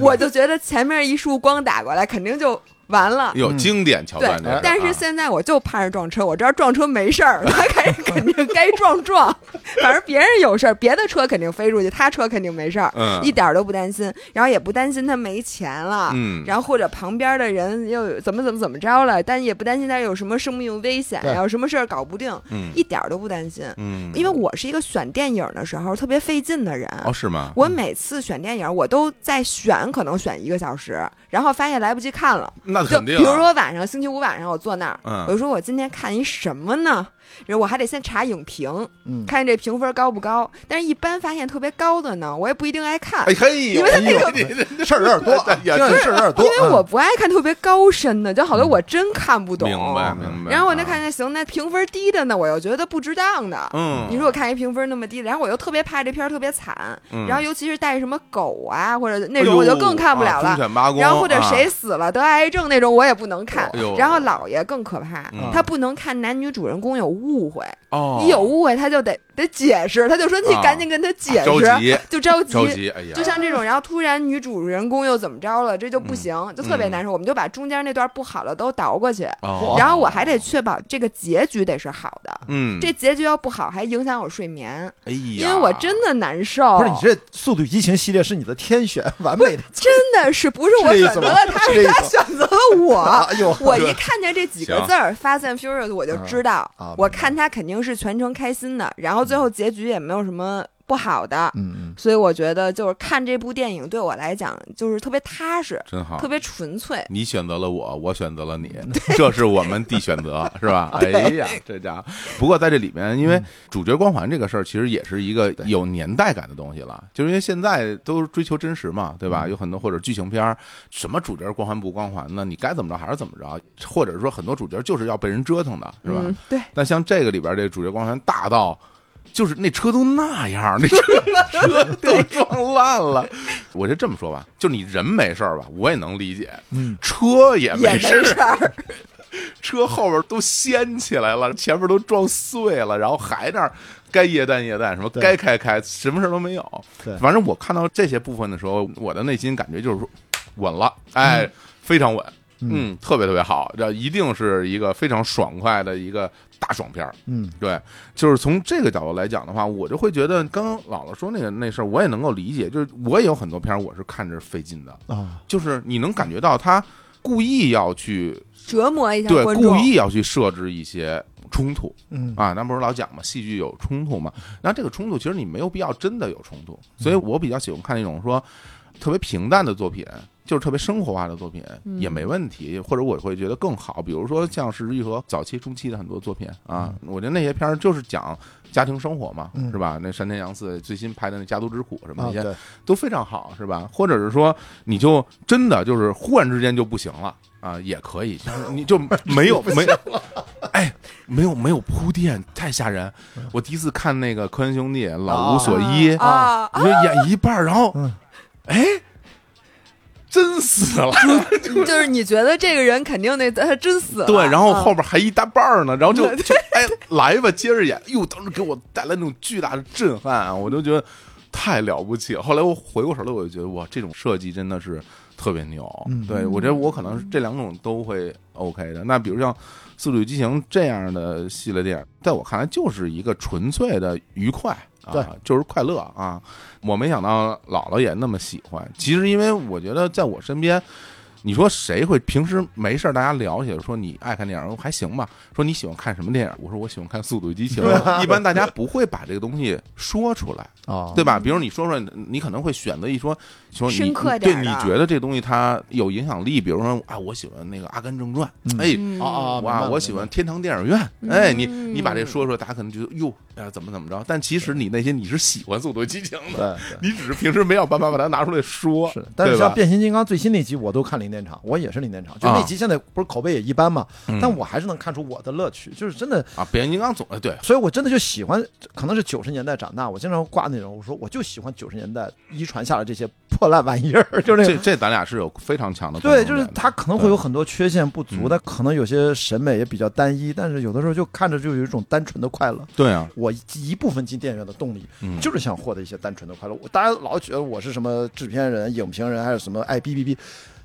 B: 我就觉得前面一束光打过来，肯定就完了。
A: 有
C: 嗯
A: 哎经典桥
B: 对
A: 段这个啊，，
B: 但是现在我就盼着撞车，我知道撞车没事儿，他该肯定该撞 撞，反正别人有事儿，别的车肯定飞出去，他车肯定没事儿，
A: 嗯
B: 一点儿都不担心，然后也不担心他没钱了，
A: 嗯，
B: 然后或者旁边的人又有怎么怎么怎么着了，但也不担心他有什么生命危险
C: 对
B: 呀，有什么事儿搞不定，
A: 嗯
B: 一点儿都不担心。
A: 嗯，
B: 因为我是一个选电影的时候特别费劲的人，
A: 哦是吗？
B: 我每次选电影我都在选，可能选一个小时，然后发现来不及看了，
A: 那
B: 就
A: 肯
B: 比
A: 定啊。
B: 如说晚上星期五晚上我坐那儿，
A: 嗯
B: 我就说我今天看一什么呢？然后我还得先查影评，
C: 嗯，
B: 看这评分高不高。但是一般发现特别高的呢，我也不一定爱看
A: 哎，嘿，
B: 因为那个
A: 个
C: 事儿有点多啊，
A: 也
C: 听着事儿有点多，
B: 因为我
C: 嗯
B: 不爱看特别高深的，就好多我真看不懂。
A: 嗯明白明白。
B: 然后我那
A: 啊
B: 看，见行，那评分低的呢，我又觉得不值当的。
A: 嗯，
B: 你说我看一评分那么低的，然后我又特别怕这片儿特别惨，
A: 嗯
B: 然后尤其是带什么狗啊或者那
A: 哎
B: 种，
A: 呦
B: 我就更看不
A: 啊
B: 了了。
A: 忠犬八公
B: 然后或者
A: 啊
B: 谁死了、得癌症那种，我也不能看
A: 哎呦。
B: 然后姥爷更可怕
A: 嗯，
B: 他不能看男女主人公有误会，
A: 哦
B: 一有误会他就得得解释，他就说你
A: 啊
B: 赶紧跟他解
A: 着
B: 释，
A: 急
B: 就着急
A: 着。急，哎呀
B: 就，像这种，然后突然女主人公又怎么着了，这就不行，就特别
A: 嗯
B: 难受。我们就把中间那段不好的都倒过去，
A: 哦
B: 然后我还得确保这个结局得是好的。
A: 嗯，
B: 这结局要不好，还影响我睡眠，
A: 哎呀，
B: 因为我真的难受。
C: 不是你这《速度与激情》系列是你的天选， 完美的
B: 真的是不是我
C: 是这
B: 选
C: 意思
B: 择
C: 吗
B: 了他，
C: 是这
B: 是
C: 意思
B: 他
C: 吗
B: 选择了 我。
C: 哎呦，
B: 我一看见这几个
A: 行
B: 字儿 “Fast and Furious”，我就知道
C: 啊啊，
B: 我看他肯定是全程开心的，然后最后结局也没有什么不好的，
C: 嗯，
B: 所以我觉得就是看这部电影对我来讲就是特别踏实，
A: 真好
C: 啊
B: 特。别纯粹。
A: 你选择了我，我选择了你，这是我们的选择，是吧？哎呀，这家伙。不过在这里面，因为主角光环这个事儿，其实也是一个有年代感的东西了，就是因为现在都追求真实嘛，对吧？有很多或者剧情片儿，什么主角光环不光环呢？你该怎么着还是怎么着，或者说很多主角就是要被人折腾的，是吧？
B: 嗯， 对，
A: 但像这个里边这主角光环大到，就是那车都那样，那车车 都撞烂了。我就这么说吧，就是你人没事儿吧，我也能理解，
C: 嗯，
A: 车也
B: 也没
A: 没事儿，
B: 事儿，
A: 车后边都掀起来了，前面都撞碎了，然后还那儿该液氮液氮，什么
C: 对
A: 该开开，什么事儿都没有。
C: 对
A: 反正我看到这些部分的时候，我的内心感觉就是说稳了，哎，非常稳。嗯，特别特别好，这一定是一个非常爽快的一个大爽片儿。
C: 嗯，
A: 对，就是从这个角度来讲的话，我就会觉得刚刚姥姥说那个那事儿，我也能够理解。就是我也有很多片儿我是看着费劲的，
C: 啊，
A: 就是你能感觉到他故意要去
B: 折磨一下
A: 对
B: 观众。
A: 故意要去设置一些冲突
C: 嗯
A: 啊。那不是老讲嘛，戏剧有冲突嘛。那这个冲突其实你没有必要真的有冲突，所
C: 嗯
A: 以我比较喜欢看那种说特别平淡的作品。就是特别生活化的作品
B: 嗯
A: 也没问题，或者我会觉得更好。比如说像是玉和早期、中期的很多作品啊，我觉得那些片儿就是讲家庭生活嘛，
C: 嗯
A: 是吧？那山田洋次最新拍的那《家族之苦》什么
C: 啊，
A: 那些
C: 对，
A: 都非常好，是吧？或者是说，你就真的就是忽然之间就不行了啊，也可以，你就没有 没， 哎，没有没有铺垫，太吓人。我第一次看那个《科恩兄弟》，老无所依，
B: 啊啊
A: 你就演一半儿，然后
C: 嗯，
A: 哎，真死了，
B: 就是你觉得这个人肯定那他真死了，
A: 对，然后
B: 嗯
A: 后边还一大半儿呢，然后就就哎来吧，接着演。哟，当时给我带来那种巨大的震撼啊，我就觉得太了不起了。后来我回过神来，我就觉得哇，这种设计真的是特别牛。
C: 嗯
A: 对我觉得我可能是这两种都会 OK 的。那比如像《速度与激情》这样的系列电影，在我看来就是一个纯粹的愉快。
C: 对。
A: 啊，就是快乐啊！我没想到姥姥也那么喜欢。其实，因为我觉得在我身边，你说谁会平时没事儿大家聊起来说你爱看电影我还行吧？说你喜欢看什么电影？我说我喜欢看《速度与激情》一般大家不会把这个东西说出来，
C: 啊，
A: 对吧？比如你说说，你你可能会选择一说说你
B: 深刻
A: 对
B: 点儿
A: 你
B: 的
A: 觉得这东西它有影响力。比如说啊，我喜欢那个《阿甘正传》，
C: 嗯
A: 哎，
B: 嗯
C: 啊啊，明白
A: 哇，
C: 了
A: 我喜欢。天堂电影院。哎，你
B: 嗯
A: 你把这说说，大家可能觉得哟，哎，怎么怎么着？但其实你内心你是喜欢《速度与激情》
C: 明白
A: 的，
C: 了对对。
A: 你只是平时没有办法把它拿出来说。
C: 是，但是
A: 对吧
C: 像变形金刚最新那集，我都看零点场，我也是零点场，就
A: 啊
C: 那集现在不是口碑也一般嘛，
A: 嗯
C: 但我还是能看出我的乐趣，就是真的，
A: 啊，变形金刚总哎对，
C: 所以我真的就喜欢，可能是九十年代长大，我经常挂那种，我说我就喜欢九十年代遗传下来这些破烂玩意儿， 就是那
A: 这
C: 种。
A: 这咱俩是有非常强的共
C: 对，
A: 同点的
C: 就是它可能会有很多缺陷不足，
A: 嗯
C: 但可能有些审美也比较单一，但是有的时候就看着就有一种单纯的快乐。
A: 对啊，
C: 我一部分进电影院的动力，
A: 嗯
C: 就是想获得一些单纯的快乐。我大家老觉得我是什么制片人、影评人，还是什么爱哔哔哔。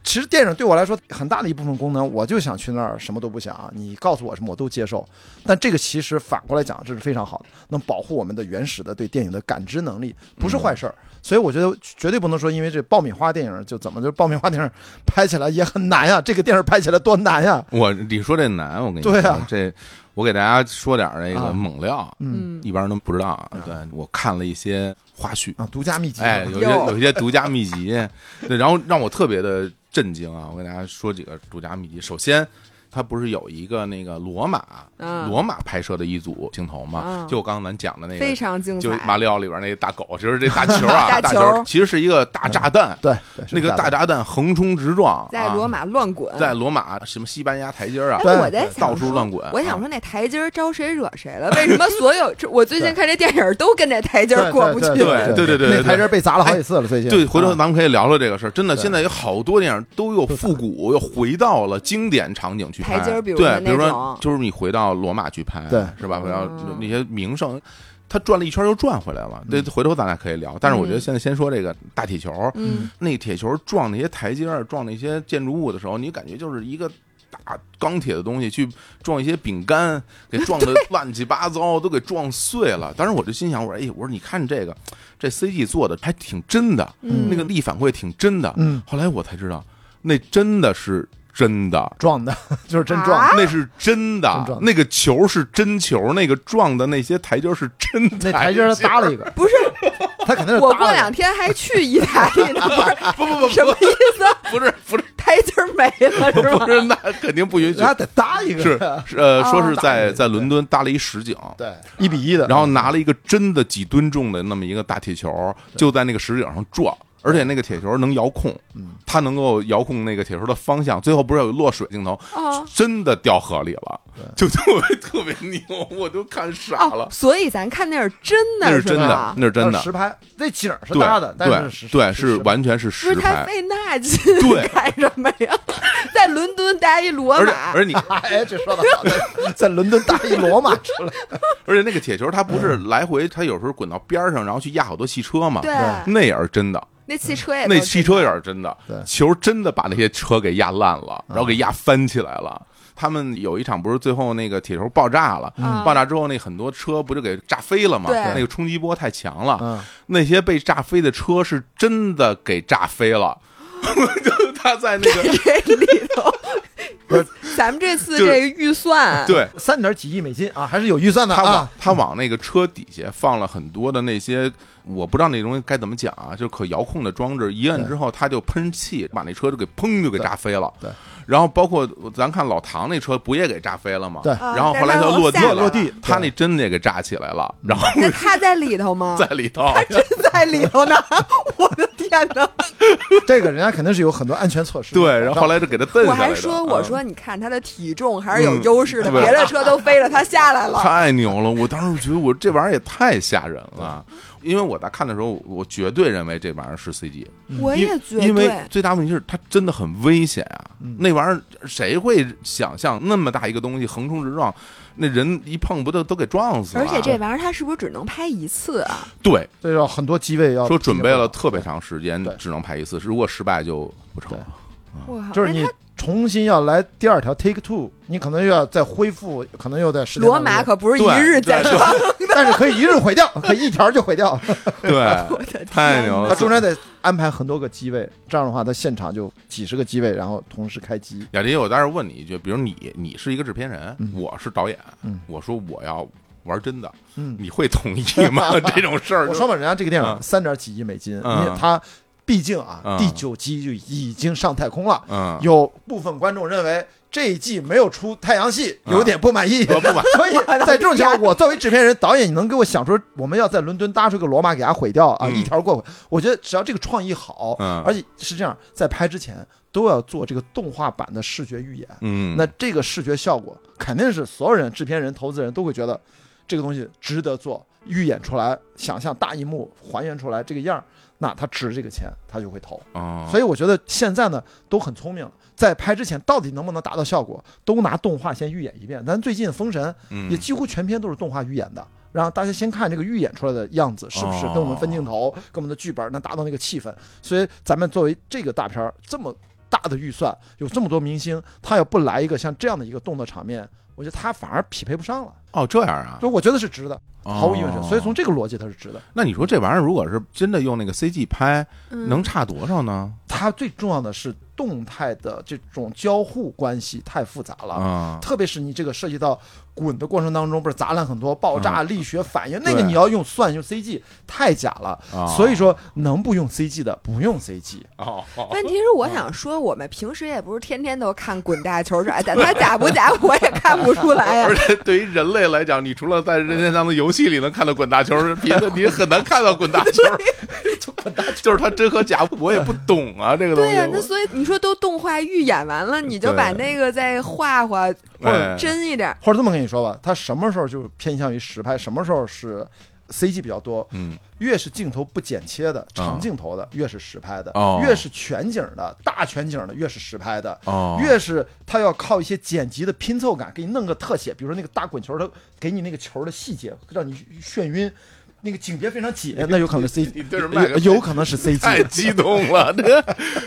C: 其实电影对我来说很大的一部分功能，我就想去那儿什么都不想，你告诉我什么我都接受。但这个其实反过来讲，这是非常好的，能保护我们的原始的对电影的感知能力，不是坏事儿。
A: 嗯
C: 所以我觉得绝对不能说，因为这爆米花电影就怎么就是爆米花电影拍起来也很难呀，这个电影拍起来多难呀。
A: 我你说这难，我跟你说，
C: 对啊
A: 这我给大家说点儿那
C: 啊
A: 个猛料，
C: 嗯
B: 嗯
A: 一般人都不知道啊。对我看了一些花絮，
C: 啊，独家秘籍。
A: 哎，有一些
B: 哟
A: 有一些独家秘籍，对，然后让我特别的震惊啊！我给大家说几个独家秘籍。首先，它不是有一个那个罗马、
B: 嗯
A: 罗马拍摄的一组镜头吗？
B: 嗯
A: 就我刚刚咱讲的那
B: 非
A: 个，
B: 常精
A: 就
B: 彩。
A: 马里奥里边那大狗，就是这大球啊，
B: 大
A: 大
B: 球嗯
A: 其实是一个大炸弹，
C: 对，对
A: 那个大
C: 炸
A: 炸弹横冲直撞，
B: 在罗、马乱滚
A: 啊、，在罗马什么西班牙台阶啊
B: 哎，
C: 对
B: 我在
C: 对
B: 想
A: 到处
B: 说
A: 乱滚。
B: 我想
A: 啊
B: 说那台阶儿招谁惹谁了？为什么所有这我最近看这电影儿都跟那台阶儿过不去？
A: 对对对对对
C: 那台阶被砸了好几次了，最近。
A: 对，回头
C: 啊
A: 咱们可以聊聊这个事儿。真的，
C: 对
A: 现在有好多电影都又复古，又回到了经典场景去拍。
B: 台阶儿比如说
A: 对，比
B: 那
A: 如说
B: 种
A: 就是你回到罗马去拍，
C: 对
A: 是吧？回到
B: 嗯
A: 那些名胜，他转了一圈又转回来了。
C: 嗯
A: 这回头咱俩可以聊。但是我觉得
B: 嗯
A: 现在先说这个大铁球，
B: 嗯，
A: 那铁球撞那些台阶儿、撞那些建筑物的时候，你感觉就是一个。大钢铁的东西去撞一些饼干，给撞的乱七八糟，都给撞碎了。当时我就心想，我说，哎，我说你看这个，这 CG 做的还挺真的，
B: 嗯
A: 那个力反馈挺真的。
C: 嗯，
A: 后来我才知道，那真的是真的，
C: 撞的， 就是真撞
B: 啊
C: 的。
A: 那是真的，
C: 真啊撞
A: 那个球是真球，那个撞的那些台阶儿是真
C: 那
A: 的。
C: 台阶他 搭了一个，
B: 不是，
C: 他肯定是
B: 我
C: 搭
B: 过
C: 了
B: 两
C: 一
B: 天还去意大利呢，不
A: 不 不不
B: 是什么意思？
A: 不是不是
B: 台阶儿没了是
A: 不是，
B: 吗？
A: 那肯定不允 许
C: 个，。他得搭一个，
A: 是是呃，
B: 哦
A: 说是在
C: 对
A: 在伦敦搭了一实景，
C: 对，一比一的，
A: 然后拿了一个嗯真的几吨重的那么一个大铁球，就在那个石井上撞。而且那个铁球能遥控，它能够遥控那个铁球的方向。最后不是有落水镜头，
B: 哦
A: 真的掉河里了，就特别特别牛，我都看傻
B: 哦
A: 了，。
B: 所以咱看那是真
A: 那
B: 的
A: 是真的嗯
B: 吧，？
A: 那是真的
C: 实，拍，那景儿是
A: 对
C: 搭的，但是
A: 对对，是
C: 是
A: 完全是
B: 不
A: 实
B: 是他
A: 拍。
B: 费 那劲
A: 对
B: 干什么呀？在伦敦待一罗
A: 而且
B: 马，
A: 而你
C: 哎，这说的 好，在在伦敦搭一罗马出来，
A: 而且那个铁球它不是来回，它有时候滚到边儿上，然后去压好多汽车嘛，
B: 对，
A: 那也是真的。
B: 那汽车也
A: 那
B: 都
A: 汽车也是真的
C: 对，嗯
A: 球真的把那些车给压烂了，然后给压翻起来了。他们有一场不是最后那个铁球爆炸了，
B: 嗯
A: 爆炸之后那很多车不就给炸飞了吗？
B: 对
A: 那个冲击波太强了，
C: 嗯
A: 那些被炸飞的车是真的给炸飞了。 就他在那个
B: 这里头
C: 不是，
B: 咱们这次
A: 就
B: 这
A: 是
B: 个预算，
A: 对。
C: 三点几亿美金啊，还是有预算的
A: 他往
C: 啊，
A: 他往那个车底下放了很多的那些，我不知道那东西该怎么讲啊，就是可遥控的装置，一摁之后它就喷气，把那车就给砰就给炸飞了。
C: 对对
A: 然后包括咱看老唐那车不也给炸飞了吗？
C: 对
B: 啊
A: 然后后来就落地
B: 然
A: 了，
B: 后落
C: 地
A: 他那真的也给炸起来了，
C: 嗯
A: 然后
B: 那他在里头吗？
A: 在里头。
B: 在里头呢！ 我的天哪！
C: 这个人家肯定是有很多安全措施的。
A: 对，然后后来就给他蹬
B: 我
A: 下来
B: 还
A: 的。
B: 说，
A: 嗯
B: 我说，你看他的体重还是有
A: 嗯
B: 优势的，
A: 对
B: 别的车都飞了，他下来了。
A: 太牛了！我当时觉得我这玩意儿也太吓人了，啊因为我在看的时候，我绝对认为这玩意儿是 CG。
B: 我
A: 因
B: 也觉
A: 因为
B: 得，
A: 最大问题是它真的很危险啊！
C: 嗯
A: 那玩意儿谁会想象那么大一个东西横冲直撞，那人一碰不都都给撞死了？啊
B: 而且这玩意儿他是不是只能拍一次啊？
A: 对
C: 这要很多机位要
A: 说准备了
C: 提
A: 特别长时间
C: 哦对，
A: 只能拍一次，如果失败就不成
C: 对。
A: 嗯
B: 我靠！
C: 供，就是
B: 那哎
C: 你
B: 他
C: 重新要来第二条 take two，你可能又要再恢复，可能又在时间
B: 罗
C: 上
B: 马
C: 有
B: 可不是一
A: 对
B: 日
A: 对
B: 在
A: 对
B: 撞，
C: 但是可以一日毁 掉，可以一条就毁掉。
B: 我
A: 对，
B: 的天
A: 太牛
C: 他
A: 了！
C: 中间得安排很多个机位，这样的话，他现场就几十个机位，然后同时开机。
A: 雅迪，我当时问你一句，比如你，你是一个制片人，我是导演
C: 嗯，
A: 我说我要玩真的，
C: 嗯，
A: 你会同意吗？ 这种事儿，
C: 我说嘛，人家这个电影
A: 嗯
C: 三点几亿美金，
A: 嗯
C: 因为他毕竟啊
A: 嗯，
C: 第九集就已经上太空了。
A: 嗯，
C: 有部分观众认为这一季没有出太阳系，
A: 嗯
C: 有点不满意。
A: 我不管，
C: 所以在这种情况，我作为制片人、导演，你能给我想出我们要在伦敦搭出个罗马给它毁掉啊，
A: 嗯
C: 一条过去。我觉得只要这个创意好，
A: 嗯
C: 而且是这样，在拍之前都要做这个动画版的视觉预演。
A: 嗯，
C: 那这个视觉效果肯定是所有人、制片人、投资人都会觉得这个东西值得做，预演出来，想象大荧幕还原出来这个样儿，那他值这个钱，他就会投。
A: 哦
C: 所以我觉得现在呢都很聪明了，在拍之前到底能不能达到效果，都拿动画先预演一遍。咱最近《封神》
A: 嗯
C: 也几乎全篇都是动画预演的，然后大家先看这个预演出来的样子是不是
A: 哦
C: 跟我们分镜头、跟我们的剧本能达到那个气氛。所以咱们作为这个大片儿这么大的预算，有这么多明星，他要不来一个像这样的一个动作场面，我觉得他反而匹配不上了。
A: 哦这样啊，
C: 所以我觉得是值的，毫无疑问是。
A: 哦
C: 所以从这个逻辑它是值的。
A: 那你说这玩意儿如果是真的用那个 CG 拍，
B: 嗯
A: 能差多少呢？
C: 它最重要的是动态的这种交互关系太复杂了。
A: 啊，
C: 特别是你这个涉及到滚的过程当中，不是砸烂很多爆炸、
A: 嗯
C: 力学反应，那个
A: 对
C: 你要用算用 CG 太假了。
A: 啊
C: 所以说，能不用 CG 的不用 CG。
A: 哦，
B: 问题是，我想说，我们平时也不是天天都看滚大球啥 的，他假不假，我也看不出来啊呀
A: 而。且对于人类来讲，你除了在任天堂的游戏里能看到滚大球， 别的你很难看到滚大球。 就是它真和假，我也不懂啊，这个东
B: 对
A: 西。
B: 呀、那所以你说都动画预演完了，你就把那个再画
A: 哎
B: 画或者真一点。
C: 或者这么跟你说吧，它什么时候就偏向于实拍，什么时候是 CG 比较多。
A: 嗯，啊
C: 越是镜头不剪切的长镜头的，越是实拍的；
A: 哦
C: 越是全景的大全景的，越是实拍的。
A: 哦
C: 越是它要靠一些剪辑的拼凑感，给你弄个特写，比如说那个大滚球，它给你那个球的细节，让你眩晕，那个景别非常紧， 那有可能是 CG，
A: 你对着麦克
C: 有有可能是 CG，
A: 太激动 了，这个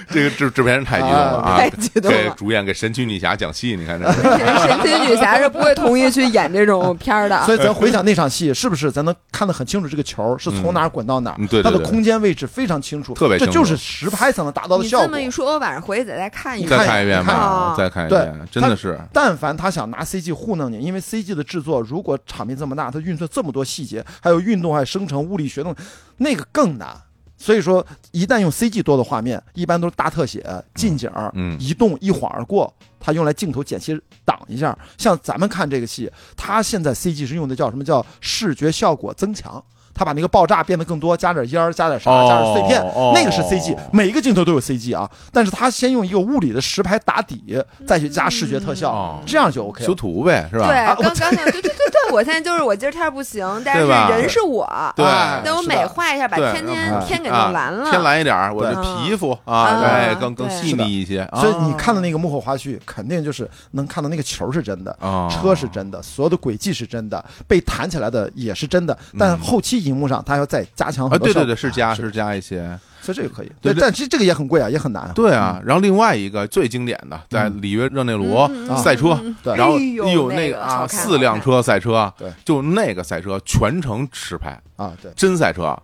A: 这个制制片人太激动了 啊！
B: 啊太激动了
A: 给主演给神奇女侠讲戏， 你看这是。
B: 神奇女侠是不会同意去演这种片儿的。
C: 所以咱回想那场戏，是不是咱能看得很清楚这个球是从哪儿滚到哪儿？
A: 嗯对对
C: 它的
A: 对
C: 空间位置非常清楚，
A: 特别清
C: 这
A: 楚
C: 就是实拍才能达到的
B: 你
C: 效
B: 这
C: 果
B: 么。一说，我晚上回去得再看一
C: 你
B: 遍。
A: 再看一遍
C: 看
A: 吧
B: 啊，
A: 再看一
C: 对
A: 遍，真的是
C: 但凡他想拿 CG 糊弄你，因为 CG 的制作，如果场面这么大，它运算这么多细节，还有运动、还有生成、物理学动，那个更难。所以说，一旦用 CG 多的画面，一般都是大特写、近景、
A: 嗯
C: 一动一晃而过，它用来镜头剪切挡一下。像咱们看这个戏，它现在 CG 是用的叫什么叫视觉效果增强，它把那个爆炸变得更多，加点烟儿，加点啥，加点碎片，
A: 哦
C: 那个是 CG，每一个镜头都有 CG 啊。但是它先用一个物理的实拍打底，再去加视觉特效，
A: 哦
C: 这样就 OK
A: 修
C: 了。
A: 图呗，是
B: 对，
A: 吧？
C: 啊
B: 刚
C: 我
B: 刚刚对对对对，我现在就是我今儿天儿不行，但是
A: 对吧
B: 人是我，
A: 对
C: 哎
B: 但我
C: 是的
B: 美化一下，把
A: 对
B: 天
C: 啊
B: 天天给
A: 啊
B: 弄蓝了。
A: 天蓝一点儿，我这
B: 对
A: 皮肤
B: 啊
A: 啊，哎，更
B: 对
A: 更细腻一些啊
C: 所以你看的那个幕后花絮，肯定就是能看到那个球是真的，
A: 啊，
C: 车是真的，所有的轨迹是真的，被弹起来的也是真的。但后期荧幕上，它要再加强
A: 嗯啊，
C: 很多
A: 对
C: 效果。
A: 对对，是加
C: 是嗯
A: 是加一些，
C: 所以这个可以。
A: 对对
C: 但其实这个也很贵啊，也很难啊。
A: 对啊。然后另外一个最经典的，在里约热内卢
B: 嗯
C: 嗯
A: 赛车，
C: 对
A: 然后
B: 哎呦
A: 有
B: 那
A: 个
B: 个
A: 啊
B: 好看
A: 四辆车赛车啊
C: 对，
A: 就那个赛车全程实拍，
C: 啊，对。
A: 真赛车。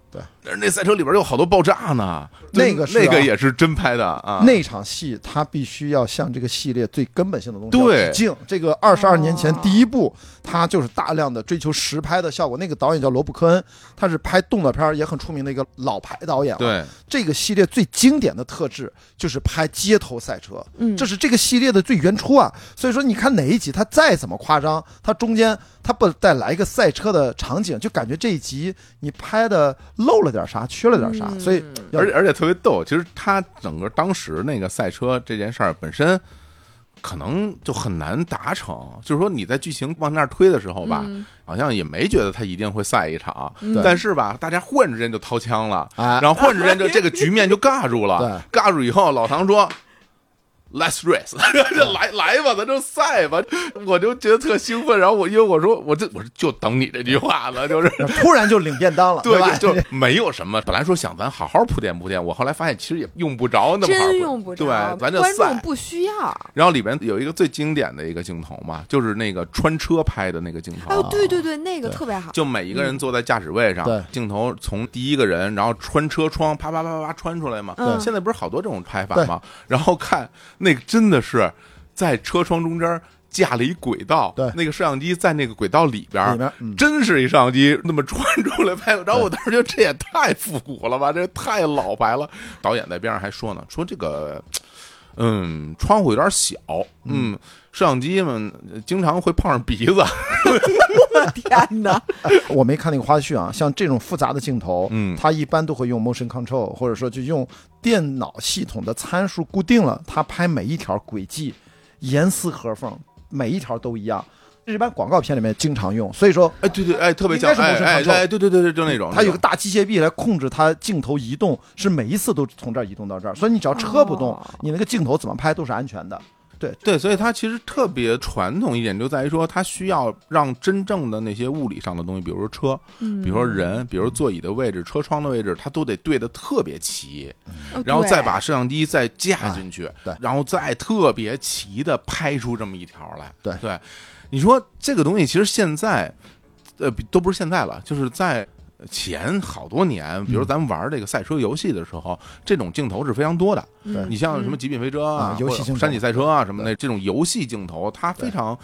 C: 对，
A: 那赛车里边有好多爆炸呢，
C: 那个是啊
A: 那个也是真拍的啊。
C: 那场戏，它必须要向这个系列最根本性的东西
A: 对
C: 要致敬。这个二十二年前
B: 哦
C: 第一部，它就是大量的追求实拍的效果。那个导演叫罗布·科恩，他是拍动作片儿也很出名的一个老牌导演。，啊
A: 对，嗯
C: 这个系列最经典的特质就是拍街头赛车，
B: 嗯
C: 这是这个系列的最原初啊。所以说，你看哪一集它再怎么夸张，它中间它不再来一个赛车的场景，就感觉这一集你拍的漏了点啥，缺了点啥。
B: 嗯
C: 所以要，
A: 而且而且特别逗，其实他整个当时那个赛车这件事儿本身。可能就很难达成，就是说你在剧情往那儿推的时候吧，好像也没觉得他一定会赛一场，
C: 对
A: 但是吧，大家忽然之间就掏枪了，
C: 哎
A: 然后忽然之间就这个局面就尬住了，尬住以后，老唐说。Let's race，就 来来吧，咱就赛吧，我就觉得特兴奋。然后我因为我说我这我说就等你这句话了，就是
C: 突然就领便 当了，对吧？
A: 对，就就没有什么。本来说想咱好好铺垫铺垫，我后来发现其实也用不着那么好好铺
B: 真
A: 垫
B: 用不着，
A: 对，咱就啊
B: 观众
A: 散。
B: 不需要。
A: 然后里边有一个最经典的一个镜头嘛，就是那个穿车拍的那个镜头。
B: 哎呦，对对对，那个
C: 对
B: 特别好。
A: 就每一个人坐在驾驶位上，
C: 对
A: 镜头从第一个人，然后穿车窗，啪啪啪啪啪穿出来嘛。
B: 对
A: 现在不是好多这种拍法
C: 对
A: 吗？然后看那个真的是在车窗中间架了一轨道，
C: 对
A: 那个摄像机在那个轨道里边儿，
C: 里边儿嗯
A: 真是一摄像机那么穿出来拍。然后我当时觉得这也太复古了吧，这也太老牌了。导演在边上还说呢，说这个。嗯，窗户有点小，嗯，摄像机们呃经常会碰上鼻子，
B: 天哪，
C: 我没看那个花絮啊，像这种复杂的镜头，
A: 嗯
C: 它一般都会用 motion control，或者说就用电脑系统的参数固定了，它拍每一条轨迹严丝合缝，每一条都一样。一般广告片里面经常用，所以说
A: 哎，对对，哎，特别
C: 应
A: 像，
C: 该是
A: 哎
C: motion
A: 哎
C: control
A: 哎，对对对对，就那种，
C: 它有个
A: 那种
C: 大机械臂来控制它镜头移动，是每一次都从这儿移动到这儿，所以你只要车不动
B: 哦，
C: 你那个镜头怎么拍都是安全的。
A: 对，所以它其实特别传统一点，就在于说它需要让真正的那些物理上的东西，比如说车，
C: 嗯
A: 比如说人，比如说座椅的位置、车窗的位置，它都得对的特别齐，
B: 哦
A: 然后
B: 对
A: 再把摄像机再架进去，
C: 哎对
A: 然后再特别齐的拍出这么一条来，
C: 对
A: 对，你说这个东西其实现在，呃，比都不是现在了，就是在。呃前好多年，比如
C: 嗯
A: 咱们玩这个赛车游戏的时候，这种镜头是非常多的。
C: 对
A: 你像什么《极品飞车》啊
C: 啊，游戏
A: 或者
C: 镜头
A: 山脊赛车》啊什么的，这种游戏镜头，它非常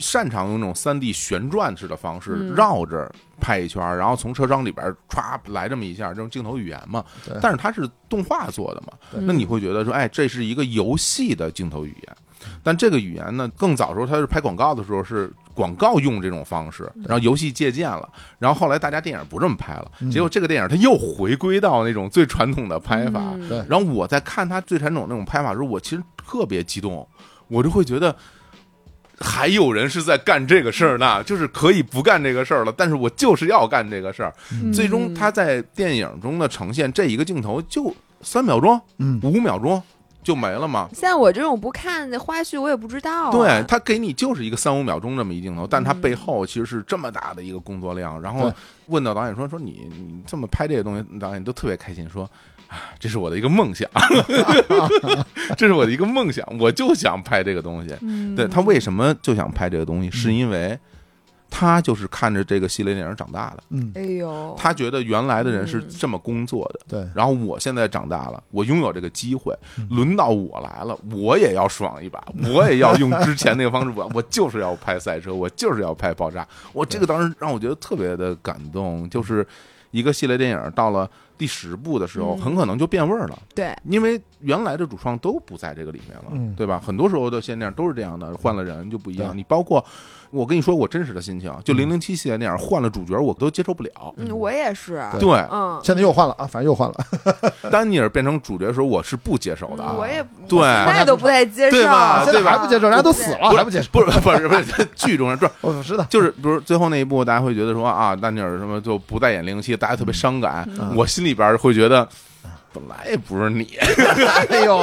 A: 擅长用这种三 D 旋转式的方式
B: 嗯
A: 绕着拍一圈儿，然后从车窗里边儿歘来这么一下，这种镜头语言嘛。
C: 对
A: 但是它是动画做的嘛，
B: 嗯
A: 那你会觉得说，哎，这是一个游戏的镜头语言。但这个语言呢，更早时候它是拍广告的时候是广告用这种方式，然后游戏借鉴了，然后后来大家电影不这么拍了，结果这个电影它又回归到那种最传统的拍法。
B: 嗯
C: 对
A: 然后我在看它最传统那种拍法的时候，我其实特别激动，我就会觉得。还有人是在干这个事儿呢，就是可以不干这个事儿了，但是我就是要干这个事儿。
B: 嗯
C: 嗯
A: 最终，他在电影中的呈现，这一个镜头就三秒钟、
C: 嗯，
A: 五秒钟就没了嘛。
B: 像我这种不看的花絮，我也不知道、啊。
A: 对，他给你就是一个三五秒钟这么一镜头，但他
B: 嗯
A: 背后其实是这么大的一个工作量。然后
C: 对
A: 问到导演说：“说你你这么拍这个东西，导演都特别开心，说啊，这是我的一个梦想， 这是我的一个梦想，我就想拍这个东西。”
B: 嗯，
A: 对他为什么就想拍这个东西，是因为他就是看着这个系列电影长大的，
C: 嗯，
B: 哎呦，
A: 他觉得原来的人是
B: 嗯
A: 这么工作的，
C: 对，
A: 然后我现在长大了，我拥有这个机会，
C: 嗯
A: 轮到我来了，我也要爽一 把，我也要用之前那个方式，我 我就是要拍赛车，我就是要拍爆炸。我这个当时让我觉得特别的感动，就是一个系列电影到了第十部的时候，
B: 嗯
A: 很可能就变味儿了。
B: 对，
A: 因为原来的主创都不在这个里面了，
C: 嗯
A: 对吧？很多时候的现象都是这样的，换了人就不一样。
C: 对嗯
A: 你包括我跟你说我真实的心情，就零零七系列电影换了主角，我都接受不了。
B: 嗯，我也是，
C: 对
A: 对，
B: 嗯，
C: 现在又换了啊，反正又换了，
A: 丹尼尔变成主角的时候，我是不接受的啊。
B: 嗯我也
A: 对
B: 现在都不太接受，
A: 对吧啊
C: 现在还不接受，人家都死
B: 对。
C: 了，还不接受，
A: 不是不 是不是剧中人，不是
C: 我知道，
A: 就是比如最后那一部，大家会觉得说啊，丹尼尔什么就不再演零零七，大家特别伤感。
C: 嗯
A: 我心里边会觉得。本来也不是你，
C: 哎呦，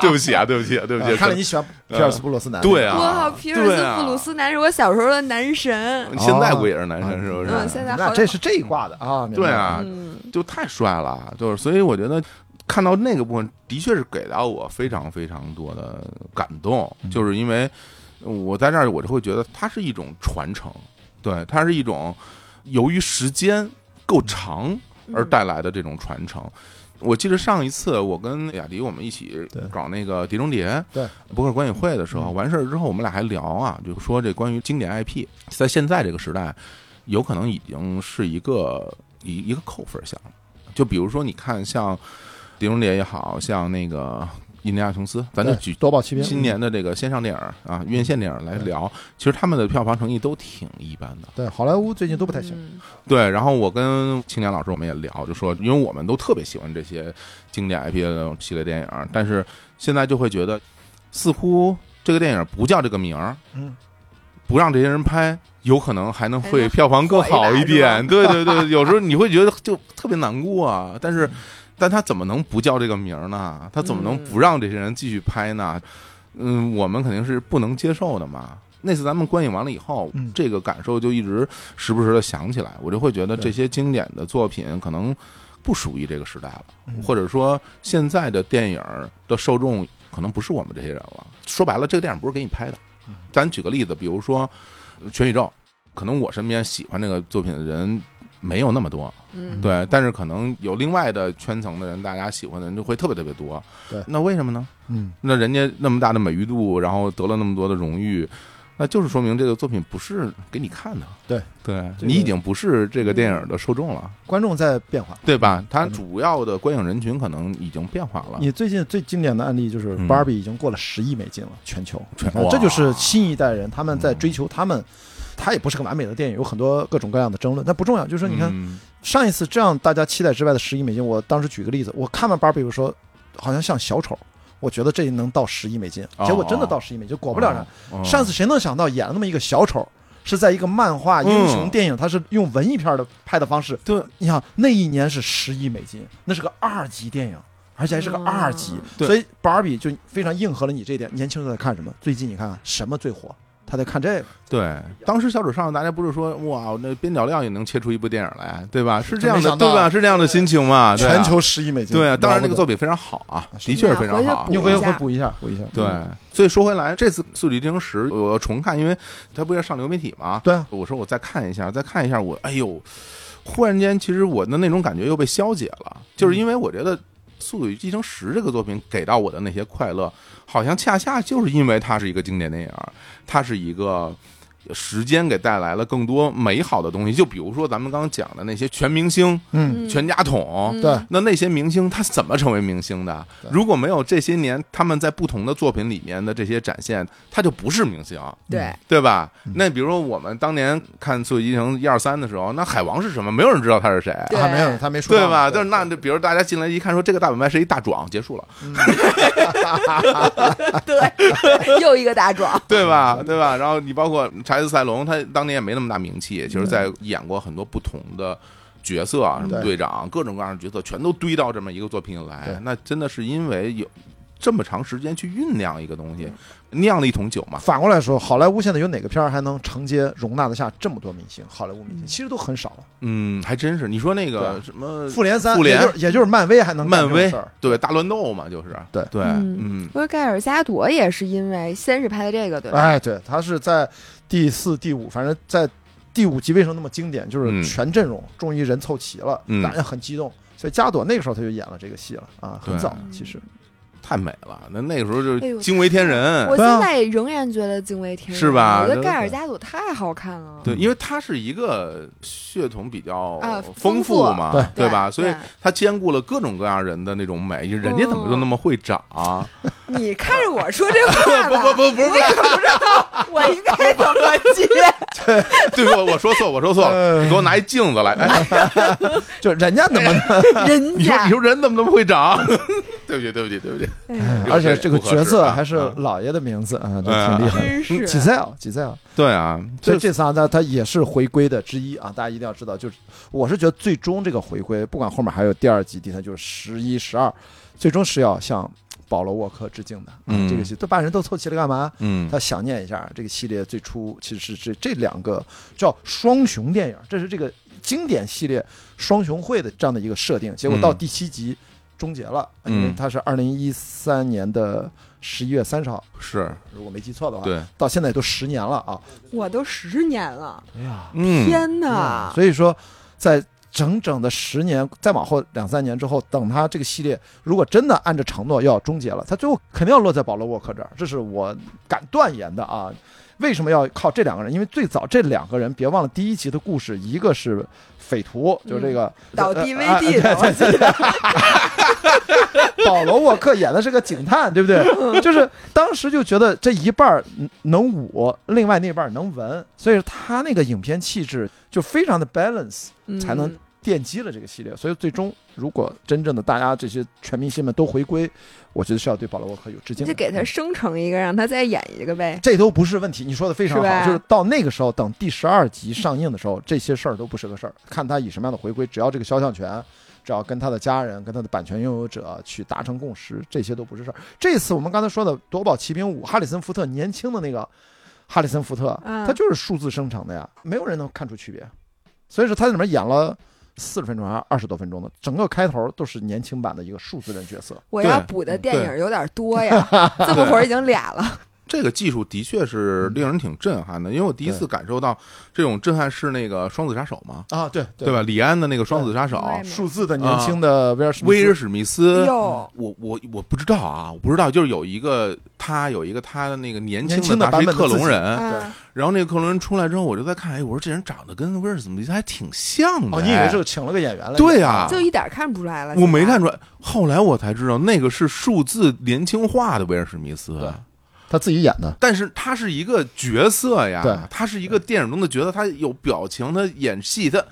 A: 对不起啊，对不起啊，对不起、啊，
C: 看来你喜欢皮尔斯布鲁斯南，
A: 对啊，
B: 哇，皮尔
A: 对
B: 斯
A: 啊
B: 布鲁斯南是我小时候的男神，
A: 现
C: 哦
A: 在不也是男神是不是？
C: 啊
B: 嗯，现在好
C: 那这是这一挂的啊，明白
A: 对啊，
B: 嗯
A: 就太帅了，就是所以我觉得看到那个部分，的确是给到我非常非常多的感动，
C: 嗯
A: 就是因为我在这儿，我就会觉得它是一种传承，对，它是一种由于时间够长而带来的这种传承。我记得上一次我跟雅迪我们一起
C: 对
A: 搞那个《碟中谍》
C: 对嗯
A: 博客观影会的时候，完事儿之后我们俩还聊啊，就说这关于经典 IP 在现在这个时代，有可能已经是一个一一个扣分项了。就比如说，你看像《碟中谍》也好像那个《印第安琼斯》，咱就
C: 对
A: 举
C: 夺宝奇兵，
A: 今年的这个线上电影啊，院线电影来
C: 对
A: 聊，其实他们的票房成绩都挺一般的。
C: 对好莱坞最近都不太行，
B: 行，
A: 对，然后我跟青年老师我们也聊，就说因为我们都特别喜欢这些经典 IP 的系列电影，但是现在就会觉得，似乎这个电影不叫这个名儿，
C: 嗯，
A: 不让这些人拍，有可能还能
B: 还
A: 会
B: 能
A: 票房更好一点。
B: 火
A: 对对对，有时候你会觉得就特别难过啊，但是，但他怎么能不叫这个名儿呢？他怎么能
B: 嗯
A: 不让这些人继续拍呢？嗯，我们肯定是不能接受的嘛。那次咱们观影完了以后，
C: 嗯
A: 这个感受就一直时不时的想起来，我就会觉得
C: 对
A: 这些经典的作品可能不属于这个时代了，
C: 嗯
A: 或者说现在的电影的受众可能不是我们这些人了。说白了，这个电影不是给你拍的
C: 嗯。
A: 咱举个例子，比如说呃《全宇宙》，可能我身边喜欢这个作品的人没有那么多，
B: 嗯，
A: 对，但是可能有另外的圈层的人，大家喜欢的人就会特别特别多。
C: 对
A: 那为什么呢？
C: 嗯，
A: 那人家那么大的美誉度，然后得了那么多的荣誉，那就是说明这个作品不是给你看的。
C: 对
A: 对，
C: 这个
A: 你已经不是这个电影的受众了，
C: 观众在变化。
A: 对吧？它
C: 嗯
A: 主要的观影人群可能已经变化了。
C: 你最近最经典的案例就是
A: 啊嗯
C: Barbie 已经过了十亿美金了，全球，
A: 全
C: 啊
A: 哇嗯
C: 这就是新一代人他们在追求他们。它也不是个完美的电影，有很多各种各样的争论，但不重要。就是说，你看、
A: 嗯
C: 上一次这样大家期待之外的十亿美金，我当时举个例子，我看完 Barbie 我说好像像小丑，我觉得这能到十亿美金，
A: 哦
C: 结果真的到十亿美金，果不了人。
A: 哦
C: 上次谁能想到演了那么一个小丑，是在一个漫画
A: 嗯
C: 英雄电影，它是用文艺片的拍的方式。
A: 对
C: 你想那一年是十亿美金，那是个二级电影。而且还是个
B: 嗯
C: 二级，
A: 对
C: 所以 Barbie 就非常应和了你这一点。年轻人都在看什么？最近你看看什么最火？他得看这个，
A: 对，
C: 嗯
A: 当时小丑上大家不是说哇，那边角料也能切出一部电影来，对吧？是这样
C: 真
A: 的，
C: 没想到啊
A: 对吧？是这样的心情嘛？对啊
C: 全球十亿美金。
A: 对啊，当然这
C: 这
A: 个作品非常好啊，
C: 是
A: 的确是非常好
B: 回。
C: 你
B: 去
C: 回
B: 补一
C: 回
B: 下
C: 补一下，补一下。
A: 对，所以说回来，这次《速度与激情十》我要重看，因为它不是要上流媒体嘛。
C: 对啊
A: 我说我再看一下，再看一下，我哎呦，忽然间其实我的那种感觉又被消解了，就是因为我觉得《速度与激情十》这个作品给到我的那些快乐，好像恰恰就是因为它是一个经典电影，它是一个。时间给带来了更多美好的东西，就比如说咱们刚刚讲的那些全明星、
C: 嗯，
A: 全家桶，
B: 嗯
C: 对，
A: 那那些明星他怎么成为明星的？如果没有这些年他们在不同的作品里面的这些展现，他就不是明星，
B: 对，
A: 对吧？那比如说我们当年看《速度与激情》一二三的时候，那海王是什么？没有人知道他是谁。
B: 对
C: 他没有，他没说
A: 对
C: 到
A: 吧？但是那就比如大家进来一看，说这个大本卖是一大壮，结束了，嗯
B: 对， 又一个大壮，
A: 对吧？对吧？然后你包括查理斯·塞隆，他当年也没那么大名气，其实在演过很多不同的角色啊，什么队
C: 对
A: 长，各种各样的角色，全都堆到这么一个作品里来
C: 对。
A: 那真的是因为有这么长时间去酝酿一个东西，酿了一桶酒嘛。
C: 反过来说，好莱坞现在有哪个片儿还能承接容纳得下这么多明星？好莱坞明星其实都很少了。
A: 嗯，还真是。你说那个
C: 对
A: 什么
C: 复联三，
A: 复联
C: 也就是也就是漫威还能
A: 漫
C: 干这种
A: 威
C: 事儿，
A: 对大乱斗嘛，就是
C: 对
A: 对，
B: 嗯
A: 嗯，
B: 不过盖尔加朵也是因为先是拍的这个，对吧？
C: 哎，对，他是在第四、第五，反正在第五集为什么那么经典，就
A: 嗯
C: 是全阵容、终于人凑齐了，
A: 嗯
C: 大家很激动。所以加朵那个时候他就演了这个戏了啊，很
A: 对
C: 早其实。
A: 太美了。那那个时候就
B: 哎呦
A: 惊为天人
B: 我。
C: 对啊
B: 现在仍然觉得惊为天
A: 嗯
B: 人，
A: 是吧
B: 我觉得
A: 对
B: 盖尔加朵太好看了，
C: 嗯
A: 对，因为它是一个血统比较
B: 啊
A: 丰
B: 丰
A: 富
B: 富
A: 嘛，
C: 对
A: 对吧？
B: 对哦
A: 所以它兼顾了各种各样人的那种美，人家怎么就那么会长？
B: 你看着我说这话
A: 不
B: 吧，
A: 不不不
B: 我也不知道我应该怎么接，
A: 不，对我我说错，我说错了，
C: 嗯
A: 你给我拿一镜子来。哎，
C: 就人家怎么能，
B: 人
A: 你说
B: 家
A: 你说人怎么那么会长？ 对不起，对不起，对不起。
C: 哎而且这个角色还是
A: 啊嗯
C: 老爷的名字啊，这挺厉害的。
B: 真是
C: 吉赛尔，吉赛尔，
A: 对啊，
C: 所以这仨呢，它也是回归的之一啊，大家一定要知道。就是我是觉得最终这个回归，不管后面还有第二集、第三，就是十一、十二，最终是要向保罗沃克致敬的。啊
A: 嗯
C: 这个戏都把人都凑齐了干嘛？
A: 嗯
C: 他想念一下这个系列最初其实是这这两个叫双雄电影，这是这个经典系列双雄会的这样的一个设定。结果到
A: 嗯
C: 第七集终结了，
A: 嗯
C: 因为它是二零一三年的十一月三十号，
A: 是
C: 如果没记错的话，
A: 对，
C: 到现在都十年了啊！
B: 我都十年了，
C: 哎呀，
A: 嗯，
B: 天哪！
C: 所以说，在整整的十年，再往后两三年之后，等他这个系列如果真的按照承诺要终结了，他最后肯定要落在保罗沃克这儿，这是我敢断言的啊。为什么要靠这两个人？因为最早这两个人，别忘了第一集的故事，一个是匪徒，就是这个
B: 导
C: 呃
B: DVD
C: 呃
B: 的，我记得
C: 保罗沃克演的是个警探，对不对？就是当时就觉得这一半儿能舞，另外那半儿能文，所以他那个影片气质就非常的 balance。
B: 嗯
C: 才能奠基了这个系列。所以最终，如果真正的大家这些全明星们都回归，我觉得是要对保罗沃克有致
B: 你
C: 敬的。
B: 就给他生成一个，让他再演一个呗。
C: 这都不是问题，你说的非常
B: 是吧
C: 好，就是到那个时候，等第十二集上映的时候，这些事儿都不是个事儿，看他以什么样的回归，只要这个肖像权，只要跟他的家人、跟他的版权拥有者去达成共识，这些都不是事儿。这次我们刚才说的《夺宝奇兵五》，哈里森福特年轻的那个哈里森福特，
B: 嗯
C: 他就是数字生成的呀，没有人能看出区别，所以说他在里面演了。四十分钟还是二十多分钟的，整个开头都是年轻版的一个数字人角色。
B: 我要
A: 对
B: 补的电影有点 多呀，这么会儿已经俩了。
A: 这个技术的确
C: 嗯
A: 是令人挺震撼的，因为我第一次感受到这种震撼是那个《双子杀手》嘛，
C: 啊，对
A: 对？吧？李安的那个《双子杀手
B: 对》，
C: 数字的年轻的威尔史密斯
A: 威尔史密
B: 哎
A: 斯，
B: 哟，
A: 我我我不知道啊，我不知道，就是有一个他有一个他的那个年
C: 年
A: 轻
C: 轻的
A: 的他是一
C: 版本的
A: 克隆人，
B: 啊，
A: 然后那个克隆人出来之后，我就在看，哎，我说这人长得跟威尔史密斯还挺像的，
C: 哦，你以为是请了个演员来？
A: 哎对啊
B: 就一点看不出来了。
A: 我没看出来，后来我才知道那个是数字年轻化的威尔史密斯啊
C: 对。他自己演的。
A: 但是他是一个角色呀
C: 对，
A: 他是一个电影中的角色，他有表情，他演戏，他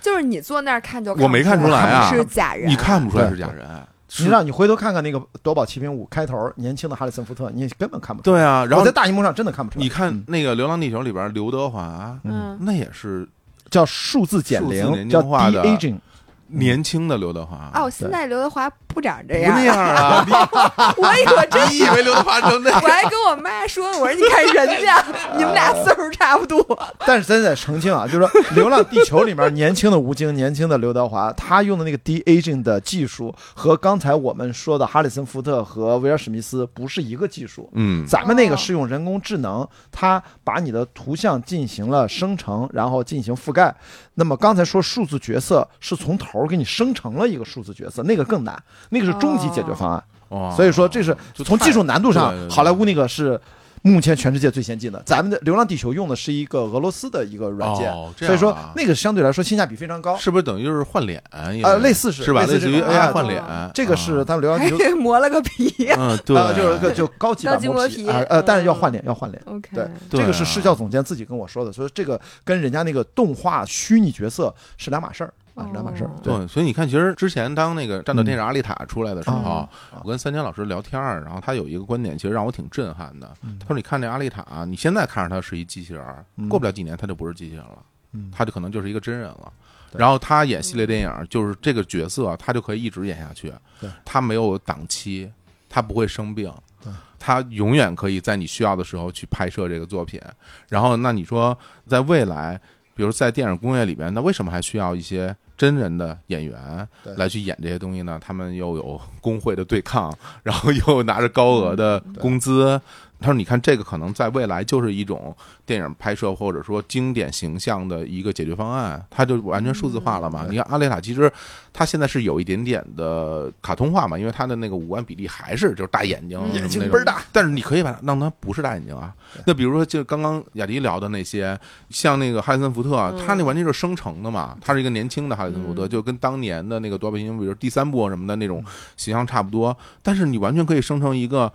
B: 就是你坐那儿看就
A: 我没看出来啊
B: 是假人，
A: 你看不出来
C: 对
A: 是假人，是
C: 你让你回头看看那个《夺宝奇兵五》开头，年轻的哈里森福特，你根本看不出来。
A: 对啊，然
C: 我
A: 后
C: 在大荧幕上真的看不出来。
A: 你看
C: 嗯
A: 那个《流浪地球》里边刘德华，
B: 嗯，
A: 那也是
C: 叫数字减
A: 数字年
C: 龄，
A: 轻
C: 叫
A: 化的
C: de aging，
A: 年轻的刘德华
B: 哦，现在刘德华不长这
A: 不那
B: 样，
A: 样哎啊！ 你
B: 我以为 真
A: 你以为刘德华成那样？
B: 我还跟我妈说，我说你看 人家，你们俩岁数差不多。
C: 但是咱得澄清啊，就是说《流浪地球》里面年轻的吴京、年轻的刘德华，他用的那个 de aging 的技术和刚才我们说的哈里森福特和威尔史密斯不是一个技术。
A: 嗯，
C: 咱们那个是用人工智能，它把你的图像进行了生成，然后进行覆盖。那么刚才说数字角色是从头儿给你生成了一个数字角色，那个更难，那个是终极解决方案。
A: 哇
C: 所以说这是
A: 哦就
C: 从
A: 太
C: 技术难度上
A: 对对，对
C: 好莱坞那个是目前全世界最先进的。咱们的《流浪地球》用的是一个俄罗斯的一个软件，
A: 哦这
C: 所以说
A: 样啊
C: 那个相对来说性价比非常高。
A: 是不是等于就是换脸？
C: 呃类似是
A: 是吧？
C: 类似
A: 类似于
C: 这种啊
A: AI 换脸，
C: 这个是咱们《流浪
B: 还
C: 地球》
B: 得 磨了个皮。
A: 嗯，对
C: 呃，就是个就高级版
B: 高级
C: 磨
B: 磨
C: 皮
B: 皮
C: 啊，呃，但是要
B: 嗯
C: 换脸，要换脸。
B: OK，
C: 对
A: 对
C: 这个是
A: 啊
C: 视效总监自己跟我说的，所以这个跟人家那个动画虚拟角色是两码事儿啊，是两码事儿
B: 哦。
C: 对，嗯
A: 对，所以你看，其实之前当那个《战斗天使阿丽塔》出来的时候
C: 哦
B: 嗯，
A: 我跟三千老师聊天儿，然后他有一个观点，其实让我挺震撼的。他说：“你看这阿丽塔，你现在看着她是一机器人儿
C: 嗯，
A: 过不了几年她就不是机器人了，
C: 嗯
A: 她就可能就是一个真人了。”
C: 对
A: 然后他演系列电影，就是这个角色，他就可以一直演下去
C: 对。
A: 他没有档期，他不会生病
C: 对，
A: 他永远可以在你需要的时候去拍摄这个作品。然后，那你说在未来，比如在电影工业里边，那为什么还需要一些真人的演员
C: 对
A: 来去演这些东西呢？他们又有工会的对抗，然后又拿着高额的
C: 嗯
A: 工资。他说：“你看，这个可能在未来就是一种电影拍摄或者说经典形象的一个解决方案，它就完全数字化了嘛。
C: 嗯
A: 你看阿丽塔，其实它现在是有一点点的卡通化嘛，因为它的那个五官比例还是就是大眼睛，
B: 嗯
C: 眼睛
A: 什么那种
C: 倍儿大，
A: 但是你可以把它让它不是大眼睛啊。那比如说，就刚刚雅迪聊的那些，像那个哈里森福特，啊
B: 嗯
A: 他那完全就是生成的嘛，他是一个年轻的哈里森福特，
B: 嗯
A: 就跟当年的那个夺宝行星，比如第三部什么的那种形象差不多。但是你完全可以生成一个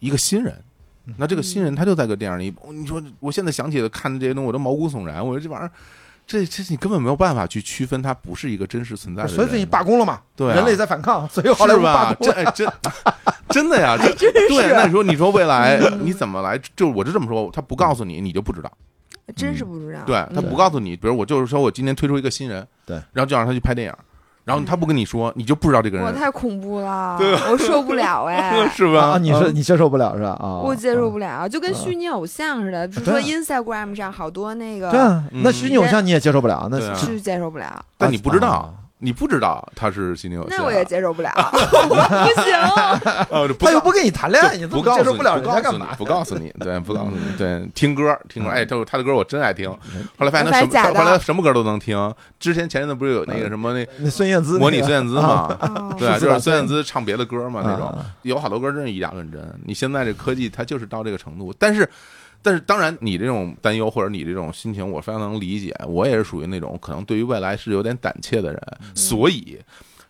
A: 一个新人。
B: 嗯
A: 那这个新人他就在个电影里，你说我现在想起来看这些东西，我都毛骨悚然。我说这玩意儿，这这你根本没有办法去区分，它不是一个真实存在的人。
C: 所以说你罢工了嘛？
A: 对啊
C: 人类在反抗， 所以 后来
A: 是
C: 我罢
A: 吧？
C: 工
A: 这
C: 了。
A: 哎真 真的呀，这
B: 啊
A: 对。那你说，你说未来你怎么来？就我就这么说，他不告诉你，你就不知道。
B: 真是不知道。
A: 对他不告诉你，比如我就是说我今天推出一个新人，
C: 对，
A: 然后就让他去拍电影，然后他不跟你说，你就不知道这个
B: 我
A: 人，
B: 太恐怖了，我受不了 哎。
A: 是吧？
C: 啊，
A: 嗯
C: 你是你接受不了是吧？啊，
B: 我接受
C: 啊。
B: 不了，就跟虚拟偶像似的，比如
A: 啊
B: 说 Instagram 上好多那
C: 对
B: 个，
C: 啊，那虚拟偶像你也接受不了，那
A: 对啊
C: 是
B: 是接受不了，
A: 但你不知道
C: 啊，
A: 你不知道他是心里有
B: 那我也接受 不了，不 行，
A: 哦，这不
C: 他又
A: 告
C: 不跟你谈恋爱，你
A: 不
C: 都
A: 告
C: 接
A: 诉
C: 受
A: 你，
C: 了人
A: 告
C: 家
A: 诉
C: 干
A: 你
C: 嘛？嗯
A: 不告诉你，对，不告诉 你，对，听歌听歌，哎，他他的歌我真爱听，后来发现他
B: 我
A: 什
B: 发现
A: 么，
B: 假的
A: 后来什么歌都能听。之前前阵子不是有那
C: 嗯
A: 个什么那
C: 那孙燕姿那个
A: 模拟孙燕姿
C: 啊
A: 嘛，
B: 哦
A: 对，
C: 是
A: 就
C: 吧
A: 是孙燕姿唱别的歌 嘛那种
C: 啊，
A: 有好多歌真是以假乱真。你现在这科技它就是到这个程度，但是。但是当然，你这种担忧或者你这种心情，我非常能理解。我也是属于那种可能对于未来是有点胆怯的人，
B: 嗯
A: 所以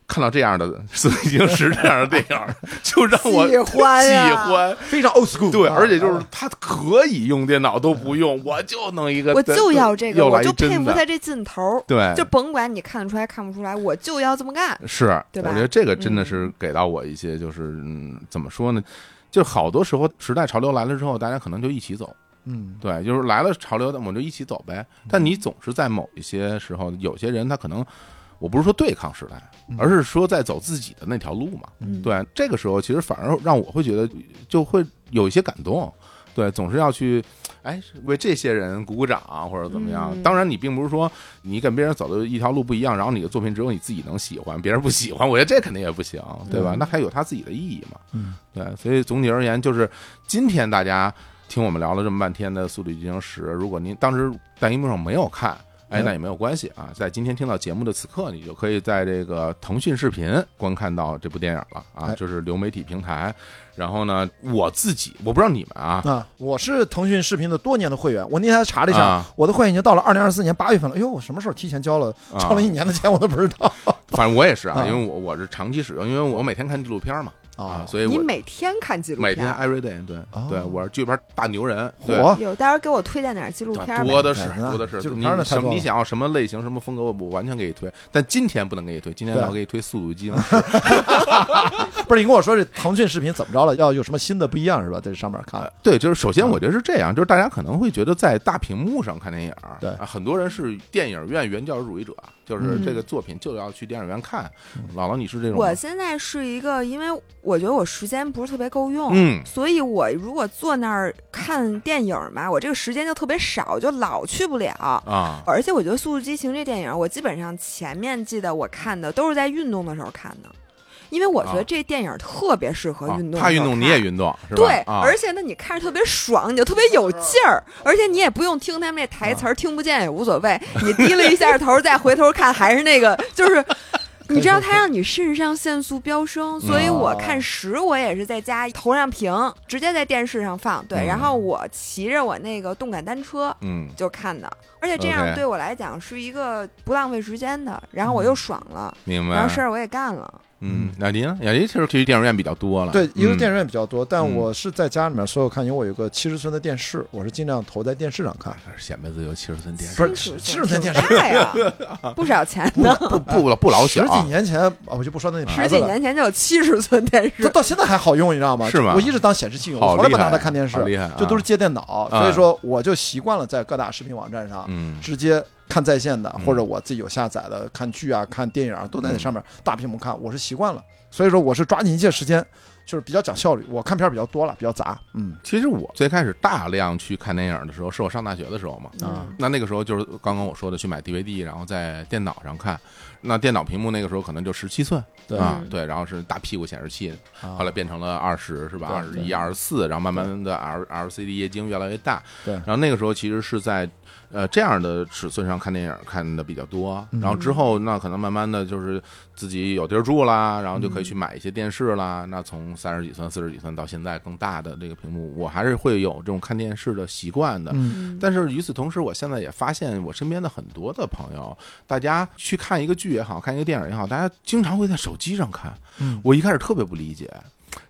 A: 看到这样的《已经是这样的电影，就让 我
B: 喜欢啊呀
A: 喜欢。
C: 非常 old school。
A: 对，
C: 啊
A: 而且就是他可以用电脑都不用，我就弄一个，
B: 我就要这个，
A: 又
B: 我
A: 来一
B: 就佩
A: 真
B: 服
A: 的
B: 他这劲头，
A: 对，
B: 就甭管你看得出来看不出来，我就要这么干。
A: 是，
B: 对
A: 我
B: 吧嗯
A: 觉得这个真的是给到我一些，就是嗯，怎么说呢？就是好多时候时代潮流来了之后，大家可能就一起走，
C: 嗯，
A: 对，就是来了潮流，那我们就一起走呗。但你总是在某一些时候，有些人他可能，我不是说对抗时代，
C: 嗯
A: 而是说在走自己的那条路嘛。
B: 嗯，
A: 对，这个时候其实反而让我会觉得就会有一些感动，对，总是要去，哎，为这些人鼓鼓掌啊或者怎么样。
B: 嗯
A: 当然，你并不是说你跟别人走的一条路不一样，然后你的作品只有你自己能喜欢，别人不喜欢，我觉得这肯定也不行，对吧？
C: 嗯
A: 那还有它自己的意义嘛。
C: 嗯，
A: 对，所以总体而言，就是今天大家听我们聊了这么半天的《速度与激情十》，如果您当时在荧幕上没有看。哎，
C: 嗯
A: 那也没有关系啊，在今天听到节目的此刻，你就可以在这个腾讯视频观看到这部电影了啊，
C: 哎
A: 就是流媒体平台。然后呢，我自己我不知道你们啊，
C: 啊，我是腾讯视频的多年的会员，我那天还查了一下，
A: 啊
C: 我的会员已经到了二零二四年八月份了。哎呦，我什么时候提前交了？
A: 啊
C: 交了一年的钱我都不知道。
A: 反正我也是啊，
C: 啊
A: 因为我我是长期使用，因为我每天看纪录片嘛，啊
C: 啊，，
A: 所以
B: 你
A: 我
B: 每天看纪录
A: 每天
B: 片？
A: every day，对
C: 哦
A: 对，我是剧本大牛人，对
C: 火
B: 有，待会儿给我推荐点纪录片
A: 啊
B: 儿呗。
A: 多的是
C: 片儿呗
A: 多的是，
C: 纪录
A: 你
C: 片儿呢太
A: 什
C: 多
A: 么
C: 了
A: 你想要什么类型什么风格，我我完全给你推，但今天不能给你推，今天
C: 对
A: 我给你推《速度与激情》
C: 不是你跟我说这腾讯视频怎么着了？要有什么新的不一样是吧？在这上面看
A: 呃，对，就是首
C: 嗯
A: 先我觉得是这样，就是大家可能会觉得在大屏幕上看电影儿，
C: 对
A: 啊很多人是电影院原教旨主义者，就是
B: 嗯
A: 这个作品就要去电影院看。
C: 嗯
A: 姥姥，你是这种吗？
B: 我现在是一个，因为我觉得我时间不是特别够用，
A: 嗯
B: 所以我如果坐那儿看电影嘛，我这个时间就特别少，就老去不了。
A: 啊，
B: 而且我觉得《速度与激情》这电影，我基本上前面记得我看的都是在运动的时候看的，因为我觉
A: 啊
B: 得这电影特别适合
A: 啊
B: 运动、
A: 他运动你也。运动是吧？
B: 对，
A: 啊、
B: 而且呢，你看着特别爽，你就特别有劲儿，而且你也不用听他们那台
C: 啊
B: 词儿，听不见也无所谓。你低了一下头，再回头看，还是那个， 就是。你知道它让你肾上腺素飙升，所
C: 嗯
B: 以
C: 哦
B: 我看十我也是在家投上屏，直接在电视上放。对，
A: 嗯
B: 然后我骑着我那个动感单车
A: 嗯，
B: 就看的，而且这样
A: OK
B: 对我来讲是一个不浪费时间的，然
C: 嗯
B: 后我又爽了，
A: 明
B: 然
A: 白
B: 后。事儿我也干了。
A: 嗯，雅迪呢？雅迪其实去电影院比较多了。
C: 对，因为
A: 嗯
C: 电影院比较多，但我是在家里面所有看，因为我有个七十寸的电视，我是尽量投在电视上看。
A: 还是显摆自己有七十寸电视，
C: 不是
B: 清楚
C: 是在电视
B: 挺大呀，不少钱呢。
A: 不不老不老小
C: 十几年前啊我就不说那牌
B: 十
C: 子
B: 几
C: 了，
B: 年前就有七十寸电
C: 它
B: 视，
C: 到现在还好用，你知道吗？
A: 是吗
C: 我一直当显示器用，
A: 好
C: 我从来不
A: 厉害
C: 拿它看电
A: 好
C: 视
A: 厉害啊，
C: 就都是接电脑，
A: 嗯
C: 所以说我就习惯了在各大视频网站上
A: 嗯，
C: 直接看在线的，
A: 嗯
C: 或者我自己有下载的，看剧啊、看电影啊，都在那上面大屏幕看，我是习惯了。所以说，我是抓紧一切时间，就是比较讲效率。我看片儿比较多了，比较杂，嗯
A: 其实我最开始大量去看电影的时候，是我上大学的时候嘛。
C: 啊
A: 那那个时候就是刚刚我说的去买 DVD，然后在电脑上看。那电脑屏幕那个时候可能就十七寸
C: 对
A: 啊，
B: 嗯
A: 对，然后是大屁股显示器，
C: 啊
A: 后来变成了二十是吧？二十
C: 对
A: 一、
C: 对
A: 二十四，然后慢慢的 L LCD 液晶越来越大。
C: 对
A: 然后那个时候其实是在呃这样的尺寸上看电影看的比较多，
C: 嗯
A: 然后之后那可能慢慢的就是自己有地儿住啦，
C: 嗯
A: 然后就可以去买一些电视啦。那从三十几寸、四十几寸到现在更大的这个屏幕，我还是会有这种看电视的习惯的。
C: 嗯
B: 嗯
A: 但是与此同时，我现在也发现，我身边的很多的朋友，大家去看一个剧也好看一个电影也好，大家经常会在手机上看。
C: 嗯
A: 我一开始特别不理解，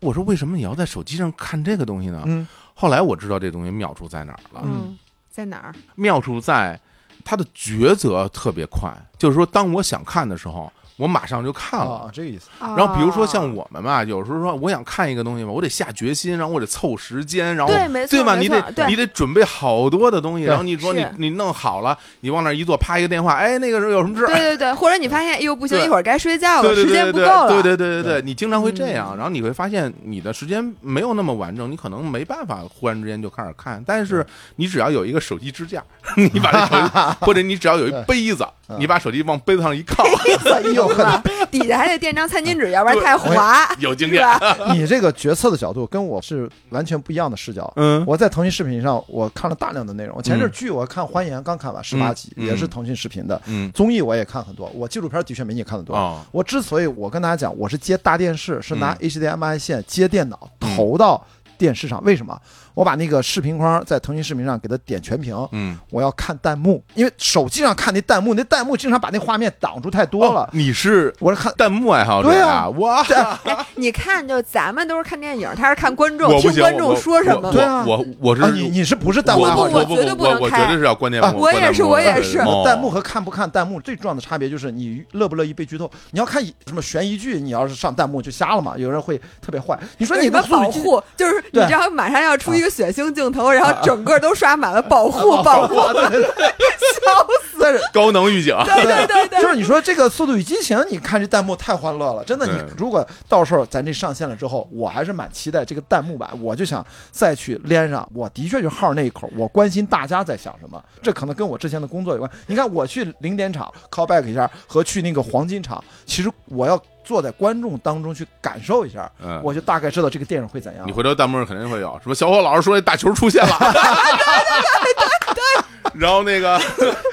A: 我说为什么你要在手机上看这个东西呢？
C: 嗯
A: 后来我知道这东西妙处在哪儿了，
B: 嗯，在哪儿？
A: 妙处在它的抉择特别快，就是说，当我想看的时候，我马上就看了。
C: 啊，这个意思。
B: 然
A: 然后，比如说像我们吧，有时候说我想看一个东西吧，我得下决心，然后我得凑时间，然后
B: 对没错
A: 对吧？
B: 没
A: 哦你
B: 错
A: 得
B: 对
A: 你得准备好多的东西，
C: 对
A: 然后你说你
B: 是
A: 你弄好了，你往那儿一坐，啪一个电话，哎，那个时候有什么事儿？
B: 对对对，或者你发现哎呦不行，
A: 对
B: 一会儿该睡觉了，
A: 对对
B: 时
A: 对
B: 间
A: 对
B: 不够了，
A: 对对对对对，你经常会这
B: 嗯
A: 样，然后你会发现你的时间没有那么完整，你可能没办法忽然之间就开始看，但是你只要有一个手机支架， 你把这手 机，或者你只要有一杯子，
C: 嗯
A: 你把手机往杯子上一 靠，
B: 哎呦呵，底下还得垫张餐巾纸，要不然太滑，
A: 有经
B: 是
A: 验，
B: 吧？
C: 你这个决策的角度跟我是完全不一样的视角。
A: 嗯
C: 我在腾讯视频上我看了大量的内容。前阵儿剧我看《欢颜》，刚看完十八集，
A: 嗯
C: 也是腾讯视频的。
A: 嗯
C: 综艺我也看很多，我纪录片的确没你看的多。
A: 哦
C: 我之所以我跟大家讲，我是接大电视，是拿
A: 嗯
C: HDMI 线接电脑、投到电视上，为什么？我把那个视频框在腾讯视频上给它点全屏。
A: 嗯，
C: 我要看弹幕，因为手机上看那弹幕，那弹幕经常把那画面挡住太多了
A: 哦。你是
C: 我是看
A: 弹幕爱好者
C: 对
A: 啊，
C: 啊
A: 哇。
B: 哎，你看，就咱们都是看电影，他是看观众，
A: 我不
B: 听
A: 行，
B: 观众
A: 我
B: 说什么
A: 我
C: 对
B: 嘛。
C: 啊
A: 我我是
C: 啊，你你是不是弹幕
A: 我
C: 爱好
A: 我
C: 者？
A: 我
B: 我绝对不
A: 我
B: 能
A: 我绝
B: 开
A: 对是要关键
C: 啊
A: 幕，
B: 我
A: 关
B: 也
A: 键
B: 是
A: 幕
B: 我
A: 对
B: 也
A: 对
B: 是
A: 对哦
C: 弹幕和看不看弹幕最重要的差别就是你乐不乐意被剧透。你要看什么悬疑剧，你要是上弹幕就瞎了嘛，有人会特别坏。你说
B: 说
C: 你
B: 你
C: 们
B: 们保护，就是你
C: 对
B: 知道马上要出一
A: 啊
B: 个血腥镜头，然后整个都刷满了保护保护，
C: 对对对，
B: 笑死！
C: 但是
A: 高能预警，
B: 对对对对，
C: 就是你说这个《速度与激情》，你看这弹幕太欢乐了，真的。
A: 对
C: 你如果到时候咱这上线了之后，我还是蛮期待这个弹幕版，我就想再去连上。我的确就号那一口，我关心大家在想什么，这可能跟我之前的工作有关。你看我去零点场 call back 一下，和去那个黄金场，其实我要坐在观众当中去感受一下，
A: 嗯
C: 我就大概知道这个电影会怎样
A: 你。回头弹幕上肯定会有什么小伙老师说那大球出现了，对对对对，然后那个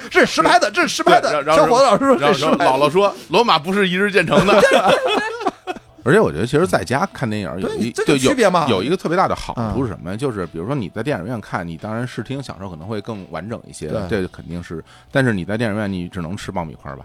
C: 这是实拍的，这是实拍
A: 对
C: 的。
A: 然后
C: 小伙子老师说
A: 然
C: 这
A: 后
C: 是
A: 然后
C: 实拍
A: 姥
C: 的。
A: 姥说罗马不是一日建成的。而且我觉得，其实在家看电影有
C: 对
A: 一
C: 这
A: 就
C: 就
A: 有
C: 区别嘛
A: 有一个特别大的好处
C: 嗯
A: 是什么呀？就是比如说你在电影院看，你当然视听享受可能会更完整一些，
C: 对
A: 这肯定是。但是你在电影院，你只能吃爆米花吧？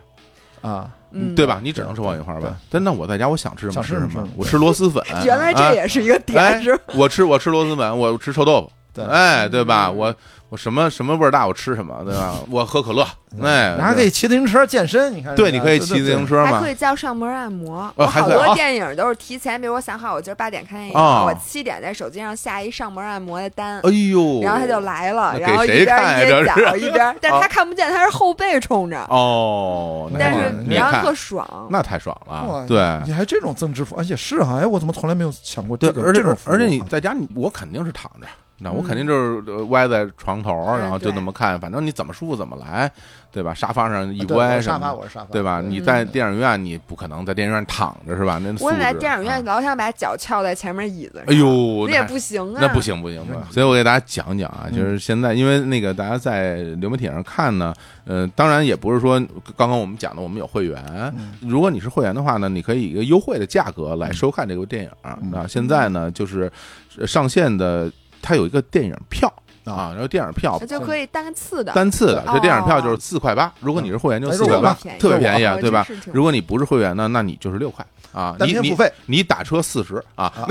C: 啊，
B: 嗯，。
A: 对吧？你只能说往一块儿吧。但那我在家，我想吃什么
C: 想吃
A: 什
C: 什么
A: 么，我吃螺蛳粉
B: 嗯原
A: 哎
B: 来这也是一个
A: 哎
B: 点，是吧？，
A: 我吃我吃螺蛳粉，我吃臭豆腐，
C: 对
B: 嗯
A: 哎，对吧？我我什么什么味儿大，我吃什么，对吧？我喝可乐，哎，
C: 你还可以骑自行车健身，你看，
A: 对，对你可以骑自行
C: 车，
A: 车
B: 还
A: 嘛
B: 可，以叫上门按摩。
A: 呃
B: 我
A: 还
B: 好
A: 可以啊
B: 多电影都是提前，比如我想好我今儿八点看电影，
A: 啊
B: 我七点在手机上下一上门按摩的单。
A: 哎呦，
B: 然后他就来了，
A: 那给
B: 然后一
A: 谁
B: 边
A: 看呀
B: 捏
A: 这是
B: 脚一 边，但是他看不见，他是后背冲着，
A: 哦，那
B: 但
A: 好
B: 是
A: 你也
B: 然后
A: 看
B: 特爽。
A: 那太爽了
C: 哇，
A: 对。
C: 你还这种增值服务，而且是哈，哎，我怎么从来没有想过
A: 啊对
C: 这，个
A: 而且
C: 这种服务
A: 而且你
C: 啊
A: 在家，你我肯定是躺着，那我
B: 嗯
A: 肯定就是呃歪在床头，然后就
B: 对
A: 那么看，反正你怎么舒服怎么来，对吧？沙发上一
C: 啊对我
A: 歪
C: 是
A: 什
C: 沙
A: 么
C: 发，
A: 的，
C: 我是沙发，
A: 对吧？嗯你在电影院，你不可能在电影院躺着是吧？那
B: 我
A: 素质
B: 在电影
A: 啊
B: 院老想把脚翘在前面椅子上，
A: 哎呦，
B: 那也不行啊，
A: 那不行不行不行，所以我给大家讲讲啊，就是现在因为那个大家在流媒体上看呢，呃，当然也不是说刚刚我们讲的我们有会
C: 嗯
A: 员，如果你是会员的话呢，你可以以一个优惠的价格来收看这部电影啊
C: 嗯。
A: 那现在呢，就是呃上线的它有一个电影票啊，然后电影票
B: 那就可以单次的。
A: 单次的，
B: 哦
A: 这电影票就是四块八，如果你是会员就
C: 哎
A: 四块八
C: 吧，
B: 便宜，
A: 特别便宜
B: 我
A: 啊，对吧
B: 真是
C: 嗯
B: 挺？
A: 如果你不是会员呢，那你就是六块啊，
C: 单
A: 你
C: 天
A: 你
C: 付费
A: 你打车四十啊，
B: 啊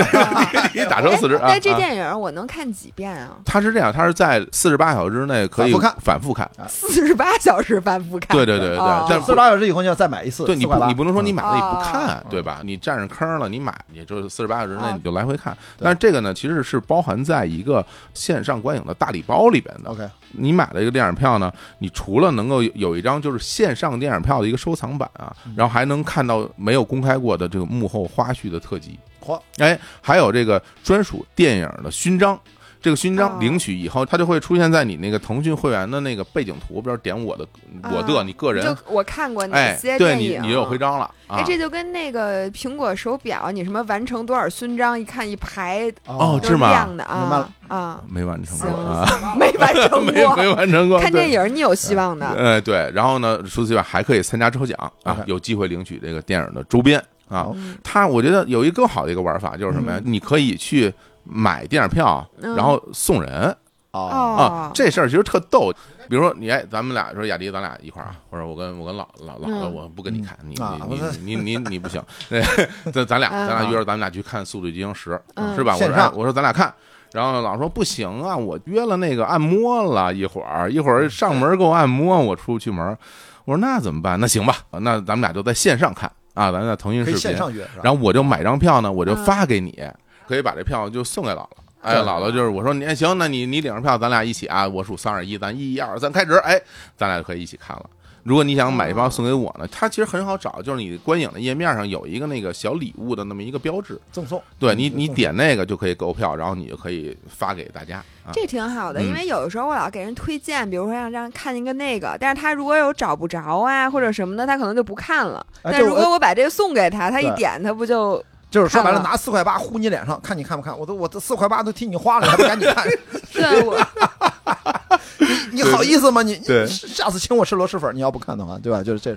A: 你 打车四十啊。
B: 哎那这
A: 啊
B: 电影我能看几遍啊？
A: 它是这样，它是在四十八小时之内可以
C: 反复看
A: 反复看
B: 四十八小时反复看。
A: 对对对对
B: 哦
A: 对，但
C: 四十
A: 不
C: 八小时以后你要再买一次，
A: 对你不
C: 4.8
A: 你不能说你
C: 嗯
A: 买了你不
B: 哦
A: 看，对吧？你占着坑了，你买也就是四十八小时之内
B: 哦
A: 你就来回看。
C: 对
A: 但是这个呢，其实是包含在一个线上观影的大礼包里边的。
C: OK，
A: 你买了一个电影票呢，你除了能够有有一张就是线上电影票的一个收藏版啊，
C: 嗯
A: 然后还能看到没有公开过的这个幕后花絮的特辑。
C: 嚯，
A: 哎，还有这个专属电影的勋章。这个勋章
B: 哦
A: 领取以后，它就会出现在你那个腾讯会员的那个背景图，比如点我的、我的
B: 啊
A: 你个人
B: 就，我看过哪
A: 哎
B: 些，
A: 对
B: 电
A: 你
B: 影？
A: 你有徽章了啊
B: 哎，。这就跟那个苹果手表，你什么完成多少勋章，一看一排
A: 哦
B: 都
A: 是
B: 是
A: 吗
B: 亮的
C: 明白
B: 啊
C: 了
B: 啊，
A: 没完成过
B: 行
A: 啊，
B: 没完 成
A: 没没
B: 过。
A: 完成过。
B: 看
A: 对
B: 电影你有希望的，
A: 呃，对，然后呢，除此之外还可以参加抽奖啊
C: OK，
A: 有机会领取这个电影的周边啊
C: 好。
B: 嗯
A: 它我觉得有一个更好的一个玩法就是什么呀？你可以去买电影票，
B: 嗯
A: 然后送人
C: 哦，
A: 啊
B: 哦。，
A: 这事儿其实特逗。比如说你哎，咱们俩说雅迪，咱俩一块儿啊，或者我跟我跟老老老的，
B: 嗯
A: 我不跟你看，你
C: 啊
A: 你
C: 不
A: 你你你你不行， 对，咱咱俩
B: 嗯
A: 咱俩约着咱们俩去看《速度与激情十》，
B: 嗯
A: 是吧？我说
C: 线上
A: 哎我说咱俩看。然后老说不行啊，我约了那个按摩了一会儿，一会儿上门给我按摩，我出不去门。我说那怎么办？那行吧，那咱们俩就在线上看啊，咱们在腾讯
C: 可以
A: 视频
C: 线，上约，是吧
A: 然后我就买张票呢，我就
B: 嗯
A: 发给你，可以把这票就送给姥姥。哎，
C: 对
A: 姥姥就是我说你哎行，那你你领着票，咱俩一起啊，我数三二一，咱一二三开始，哎，咱俩就可以一起看了。如果你想买一
C: 嗯
A: 包送给我呢，它其实很好找，就是你观影的页面上有一个那个小礼物的那么一个标志，
C: 赠送，
A: 对你你点那个就可以购票，然后你就可以发给大家啊。
B: 这挺好的，
A: 嗯
B: 因为有的时候我老给人推荐，比如说让让看一个那个，但是他如果有找不着啊或者什么的，他可能就不看了。
A: 啊
C: 哎
B: 但
C: 这
B: 如
C: 我
B: 果我把这个送给他，他一
C: 对
B: 点他不 就
C: 嗯就是说白了
B: 看了
C: 拿四块八呼你脸上，看你看不看，我都我这四块八都替你花了，你还不赶紧 看，
B: 对我
C: 你好意思吗？你你
A: 对
C: 下次请我吃螺蛳粉，你要不看的话，对吧？就是这，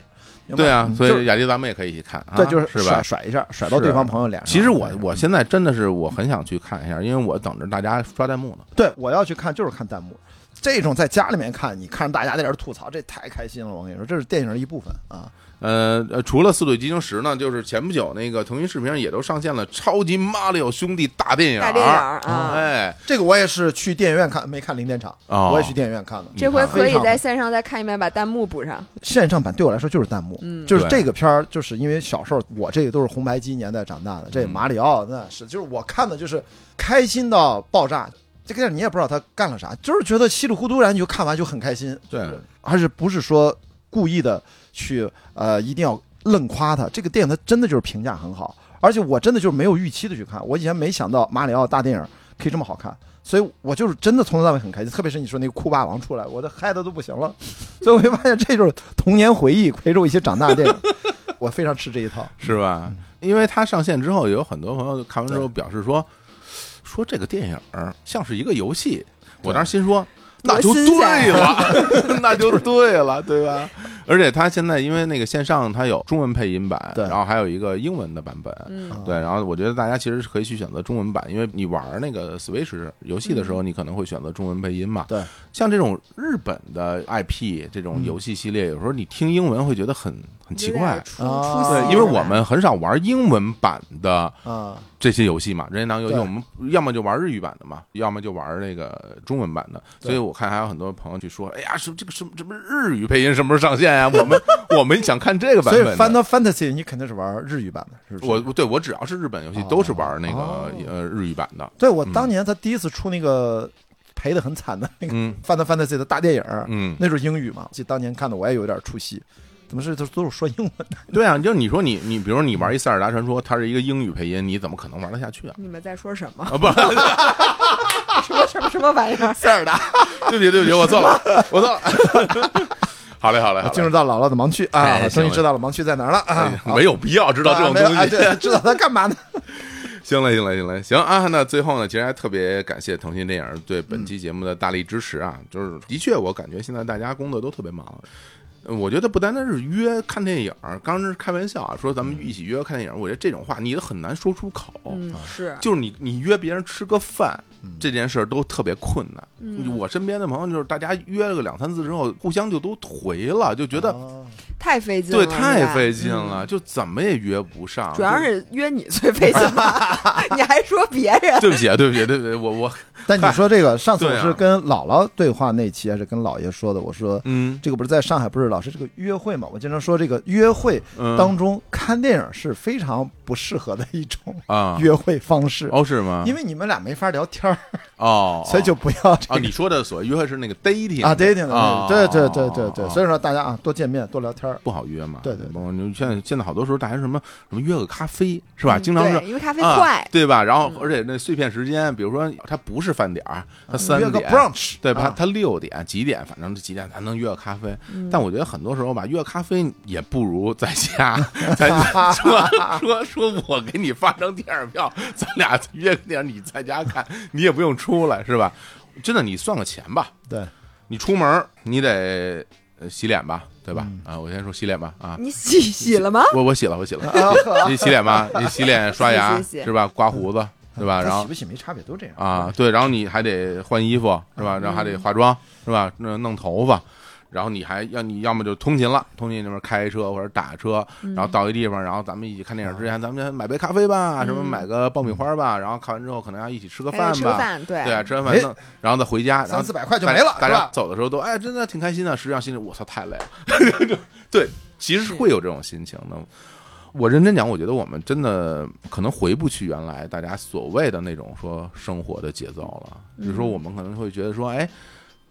C: 明白
A: 对啊，所
C: 就是
A: 以雅迪咱们也可以一起看啊，
C: 对，就是嗯
A: 是吧
C: 甩？甩一下，甩到
A: 是啊
C: 对方朋友脸上。
A: 其实我
C: 对
A: 我现在真的是我很想去看一下，因为我等着大家刷弹幕呢。
C: 对我要去看就是看弹幕，这种在家里面看，你看大家在这儿吐槽，这太开心了。我跟你说，这是电影的一部分啊。
A: 呃呃，除了《速度与激情十》呢，就是前不久那个腾讯视频上也都上线了《超级马里奥兄弟》大电影。
B: 大电影儿啊，
A: 哎，
C: 这个我也是去电影院看，没看零点场，
A: 哦
C: 我也去电影院看了。
B: 这回
A: 你看
B: 可以
C: 非常
B: 在线上再看一遍，把弹幕补上。
C: 线上版对我来说就是弹幕，
B: 嗯
C: 就是
A: 对
C: 这个片儿，就是因为小时候我这个都是红白机年代长大的，这
A: 嗯
C: 马里奥那是就是我看的就是开心到爆炸。这个电影你也不知道他干了啥，就是觉得稀里糊涂，然后你就看完就很开心，
A: 对，
C: 而且不是说故意的去呃一定要愣夸他。这个电影它真的就是呃评价很好，而且我真的就是没有预期的去看，我以前没想到马里奥大电影可以这么好看，所以我就是真的从头到尾很开心。特别是你说那个酷霸王出来，我都嗨的都不行了， 所以我就发现这就是童年回忆陪着我一起长大的电影，我非常吃这一套。
A: 是吧？
C: 嗯
A: 因为它上线之后，有很多朋友看完之后表示说，说这个电影儿像是一个游戏。我当时心说，那就
B: 多新鲜
A: 对了，那就对了，对吧？而且它现在因为那个线上它有中文配音版，
C: 对
A: 然后还有一个英文的版本，
B: 嗯，
A: 对，然后我觉得大家其实是可以去选择中文版，因为你玩那个 Switch 游戏的时候，你可能会选择中文配音嘛。
C: 嗯对，嗯
A: 像这种日本的 IP 这种游戏系列，有时候你听英文会觉得很很奇
B: 有点
A: 怪，
B: 出
C: 啊
B: 出戏
A: 对
B: 了，
A: 因为我们很少玩英文版的
C: 啊，
A: 这些游戏嘛，任天堂游戏
C: 对
A: 我们要么就玩日语版的嘛，要么就玩那个中文版的，
C: 对
A: 所以我看还有很多朋友去说，哎呀，什么这个什么什么日语配音什么时候上线呀、 我们我们想看这个版
C: 所以
A: 本的。
C: Final Fantasy 你肯定是玩日语版的，是不是？
A: 我对我只要是日本游戏
C: 哦
A: 都是玩那个
C: 哦
A: 呃日语版的，
C: 对我当年他第一次出那个赔的很惨的那个
A: 嗯
C: Final Fantasy 的大电影，
A: 嗯，
C: 那时候英语嘛，记得当年看的我也有点出戏，怎么是都都是说英文的？
A: 对啊，就是你说你你比如你玩一塞尔达传说，它是一个英语配音，你怎么可能玩得下去啊？
B: 你们在说什么？
A: 啊不，
B: 什么什么什么玩 意儿？
C: 塞尔达
A: 对不起对不起，我错了，我错了。 好嘞好嘞，好嘞
C: 啊进入到姥姥的盲区
A: 啊哎
C: 啊，
A: 行
C: 终于
A: 了
C: 知道了盲区在哪儿了啊
A: 哎。没有必要知
C: 知
A: 道这种东西。
C: 啊对，知道他干 嘛呢？
A: 行了，行了，行了，行啊！那最后呢，其实还特别感谢腾讯电影对本期节目的大力支持啊！就是的确，我感觉现在大家工作都特别忙。呃我觉得不单单是约看电影，刚是开玩笑啊，说咱们一起约看电影，我觉得这种话你都很难说出口。
B: 嗯，是，
A: 就是你你约别人吃个饭这件事儿都特别困难。我身边的朋友就是大家约了个两三次之后，互相就都回了，就觉得、
B: 太费劲了，
A: 对太费
B: 劲。
A: 劲了，就怎么也约不上。
B: 主要
A: 嗯就是
B: 约你最费劲 吧，你还说别人，
A: 对不起啊，对不起，对不起，我我
C: 但你说这个，上次我
A: 对啊
C: 是跟姥姥对话那期，还是跟姥爷说的？我说
A: 嗯
C: 这个不是在上海，不是老是这个约会嘛？我经常说这个约会
A: 嗯
C: 当中看电影是非常不适合的一种
A: 啊
C: 约会方式，
A: 哦，是吗？
C: 因为你们俩没法聊天儿，
A: 哦，
C: 所以就不要这
A: 哦，
C: 个
A: 你说的所谓约会是那个 dating
C: 啊 dating 的
A: 哦
C: 那个，对对对对对，所
A: 以
C: 以说大家啊多见面多聊天儿，
A: 不好约嘛。
C: 对对对
A: 包括你现在现在好多时候大家什么什么约个咖啡是吧？
B: 嗯
A: 经常是
B: 对因为咖啡
A: 啊
B: 快，，
A: 对吧？然
C: 嗯
A: 后而且那碎片时间，比如说它不是饭点儿，它三
C: 约个
A: 点。
C: brunch，啊
A: 对吧？它
C: 吧？
A: 它六点几点，反正这几点咱能约个咖啡。但我觉得很多时候吧，约咖啡也不如在家， 咱说说说我给你发张电影票，咱俩约个电影，你在家看，你也不用出来，是吧？真的，你算个钱吧，
C: 对，
A: 你出门儿你得呃洗脸吧，对吧？啊，我先说洗脸吧，啊，
B: 你洗洗了吗？
A: 我我洗了，我洗了，
C: 啊
A: 你洗脸吧，你洗脸刷牙
B: 洗洗洗
A: 是吧？刮胡子对吧？然
C: 他
A: 后
C: 洗不洗没差别，都这样
A: 啊，。对，然后你还得换衣服是吧？然后还得化妆是吧？那弄头发，然后你还要你要么就通勤了，通勤那边开车或者打车，然后到一地方，然后咱们一起看电影之前，咱们先买杯咖啡吧，什么买个爆米花吧，然后看完之后可能要一起吃个
B: 还得
A: 饭
B: 哎吃个
A: 吧。
B: 饭，对
A: 对，啊吃完饭
C: 哎
A: 弄，然后再回家，然后
C: 三四百块就
A: 大
C: 没
A: 家
C: 了，
A: 大
C: 是
A: 家
C: 吧？
A: 走的时候都哎，真的挺开心的。实际上心里我操太累了， 对，其实是会有这种心情的。我认真讲，我觉得我们真的可能回不去原来大家所谓的那种说生活的节奏了。比如
C: 嗯
A: 说，我们可能会觉得说，哎，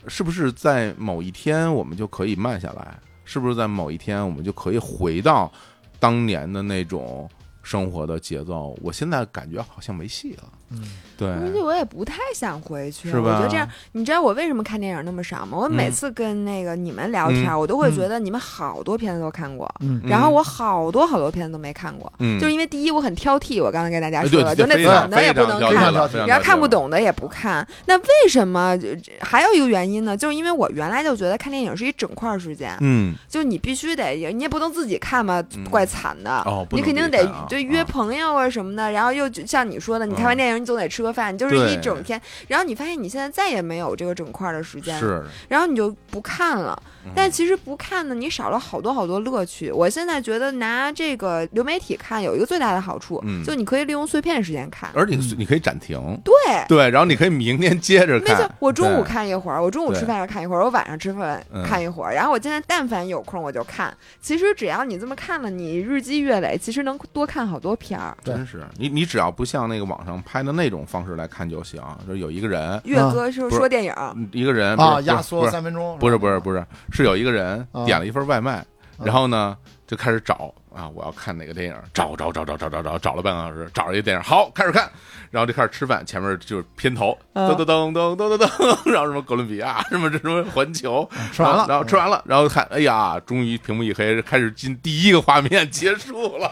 A: 是不是在某一天我们就可以慢下来？是不是在某一天我们就可以回到当年的那种生活的节奏？我现在感觉好像没戏了。
C: 嗯，
A: 对，
B: 而且我也不太想回去，
A: 是吧
B: 我觉得这样，你知道我为什么看电影那么少吗？我每次跟那个你们聊天，
A: 嗯
B: 我都会觉得你们好多片子都看过，
C: 嗯
B: 然后我好多好多片子都没看过，
A: 嗯，
B: 就是因为第一我很挑剔，我刚才跟大
A: 哎
B: 家说
A: 对
B: 了，
A: 对
B: 就那
A: 非
B: 怎么
A: 常
B: 的也
A: 非
B: 不
A: 常
B: 能
A: 了解
B: 看
C: 了。
A: 了非常
B: 然后看
A: 了
B: 不
A: 解了
B: 懂的也不看，那为什么？呃这这还有一个原因呢，就是因为我原来就觉得看电影是一整块儿时间，
A: 嗯，
B: 就你必须得，你也不能自己看吧
A: 嗯，
B: 怪惨的。
A: 哦，不
B: 你
A: 能
B: 肯定
A: 自己
B: 得
A: 看啊
B: 就约
A: 啊
B: 朋友啊什么的，然后又就像你说的，你看完
A: 嗯
B: 电影你总得吃个饭，你就是
A: 对
B: 一整天。然后你发现你现在再也没有这个整块儿的时间，
A: 是，
B: 然后你就不看了。
A: 嗯
B: 但其实不看呢，你少了好多好多乐趣。我现在觉得拿这个流媒体看有一个最大的好处，
A: 嗯
B: 就你可以利用碎片时间看。
A: 而且你可以暂停，
B: 对，
A: 对，然后你可以明天接着
B: 没错
A: 看。，
B: 我中
A: 对，
B: 午看一会儿，我中午吃饭时候看一会儿，我晚上吃饭
A: 嗯
B: 看一会儿，然后我今天但凡有空我就看。其实只要你这么看了，你日积月累，其实能多看好多片儿。
A: 真是你你只要不像那个网上拍的那种方式来看就行，就有一个人，
B: 岳哥说
A: 啊不是
B: 说电影，
A: 一个人嗯
C: 啊，
A: 不是
C: 压
A: 不是
C: 缩三分钟，
A: 不是不是不是不是是有一个人
C: 嗯啊
A: 点了一份外卖，
C: 啊
A: 然后呢就开始找啊，我要看哪个电影，找找找找找找找找了半个小时，找着一电影，好开始看，然后就开始吃饭，前面就是片头，
C: 嗯
B: 啊
A: 噔噔噔噔噔噔噔， 然后什么哥伦比亚，什么什么环球，
C: 吃完了，
A: 然后吃完了，然后看，哎呀，终于屏幕一黑，开始进第一个画面，结束了。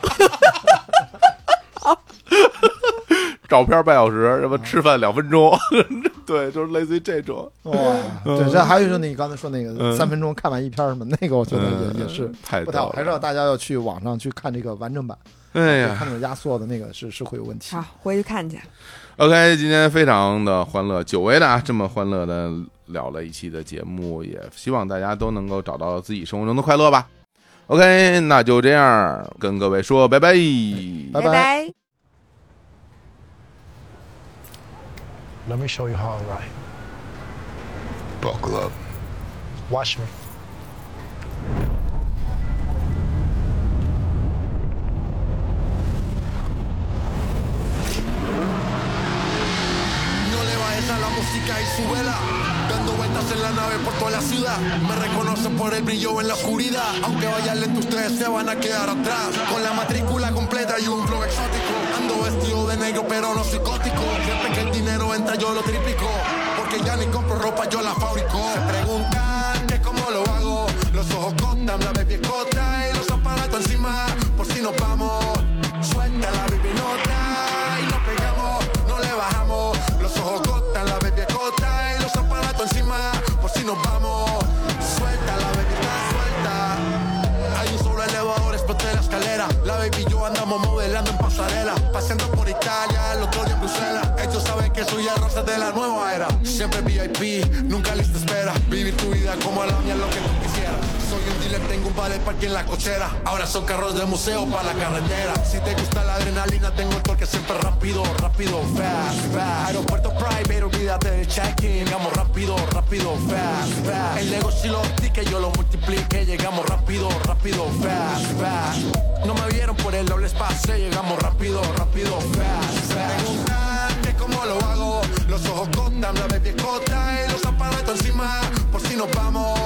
A: 照片半小时，
C: 嗯
A: 什么吃饭两分钟， 对，就是类似于这种。
C: 哇，对，这还有就是你刚才说那个
A: 嗯
C: 三分钟看完一篇什么，那个我觉得
A: 嗯
C: 也也是
A: 太
C: 不太好，
A: 逗
C: 还是要
A: 了。
C: 大家要去网上去看这个完整版，
A: 哎呀
C: 看，那种压缩的那个是是会有问题
B: 好。，回去看去。
A: OK，今天非常的欢乐，久违的啊，这么欢乐的聊了一期的节目，也希望大家都能够找到自己生活中的快乐吧。OK，那就这样跟各位说拜拜。
C: 拜拜
B: 拜
D: Let me show you how I ride.
E: Buckle up.
D: Watch me.
E: No le bajes a la música y súbela. Dando vueltas en la nave por toda la ciudad. Me reconocen por el brillo en la oscuridad. Aunque vayan lento, ustedes se van a quedar atrás. Con la matrícula completa y un flow exótico. Ando vestido de negro, pero no psicótico. Siempre que el dinero entra, yo lo triplico. Porque ya ni compro ropa, yo la fabrico. Se preguntan que cómo lo hago. Los ojos contan, la baby escota y los aparatos encima. Por si nos vamos, suelta la baby nota y nos pegamos. No le bajamos, los ojos cotan, la baby escota y los aparatos encima. Por si nos vamos, suelta la baby, suelta. Hay un solo elevador, exploté la escalera. La baby y yo andamos modelando en pasarela. Paseando por Italia, el otro día en Bruselas. Ellos saben que soy el rosa de la nueva era. Siempre VIP, nunca lista espera. Vivir tu vida como a la mía, lo que tú quisieras. Soy un dealer, tengo un ballet parque en la cochera. Ahora son carros de museo para la carretera. Si te gusta la adrenalina, tengo el torque siempre rápido, rápido, fast, fast. Aeropuerto private, olvídate del check-in. Llegamos rápido, rápido, fast, fast. El negocio y los tickets yo lo multipliqué. Llegamos rápido, rápido, fast, fast. No me vieron por el doble espacio. Llegamos rápido, rápido, fast, fast. Preguntan que cómo lo hago. Los ojos contan, la baby escota y los aparatos encima. Por si nos vamos,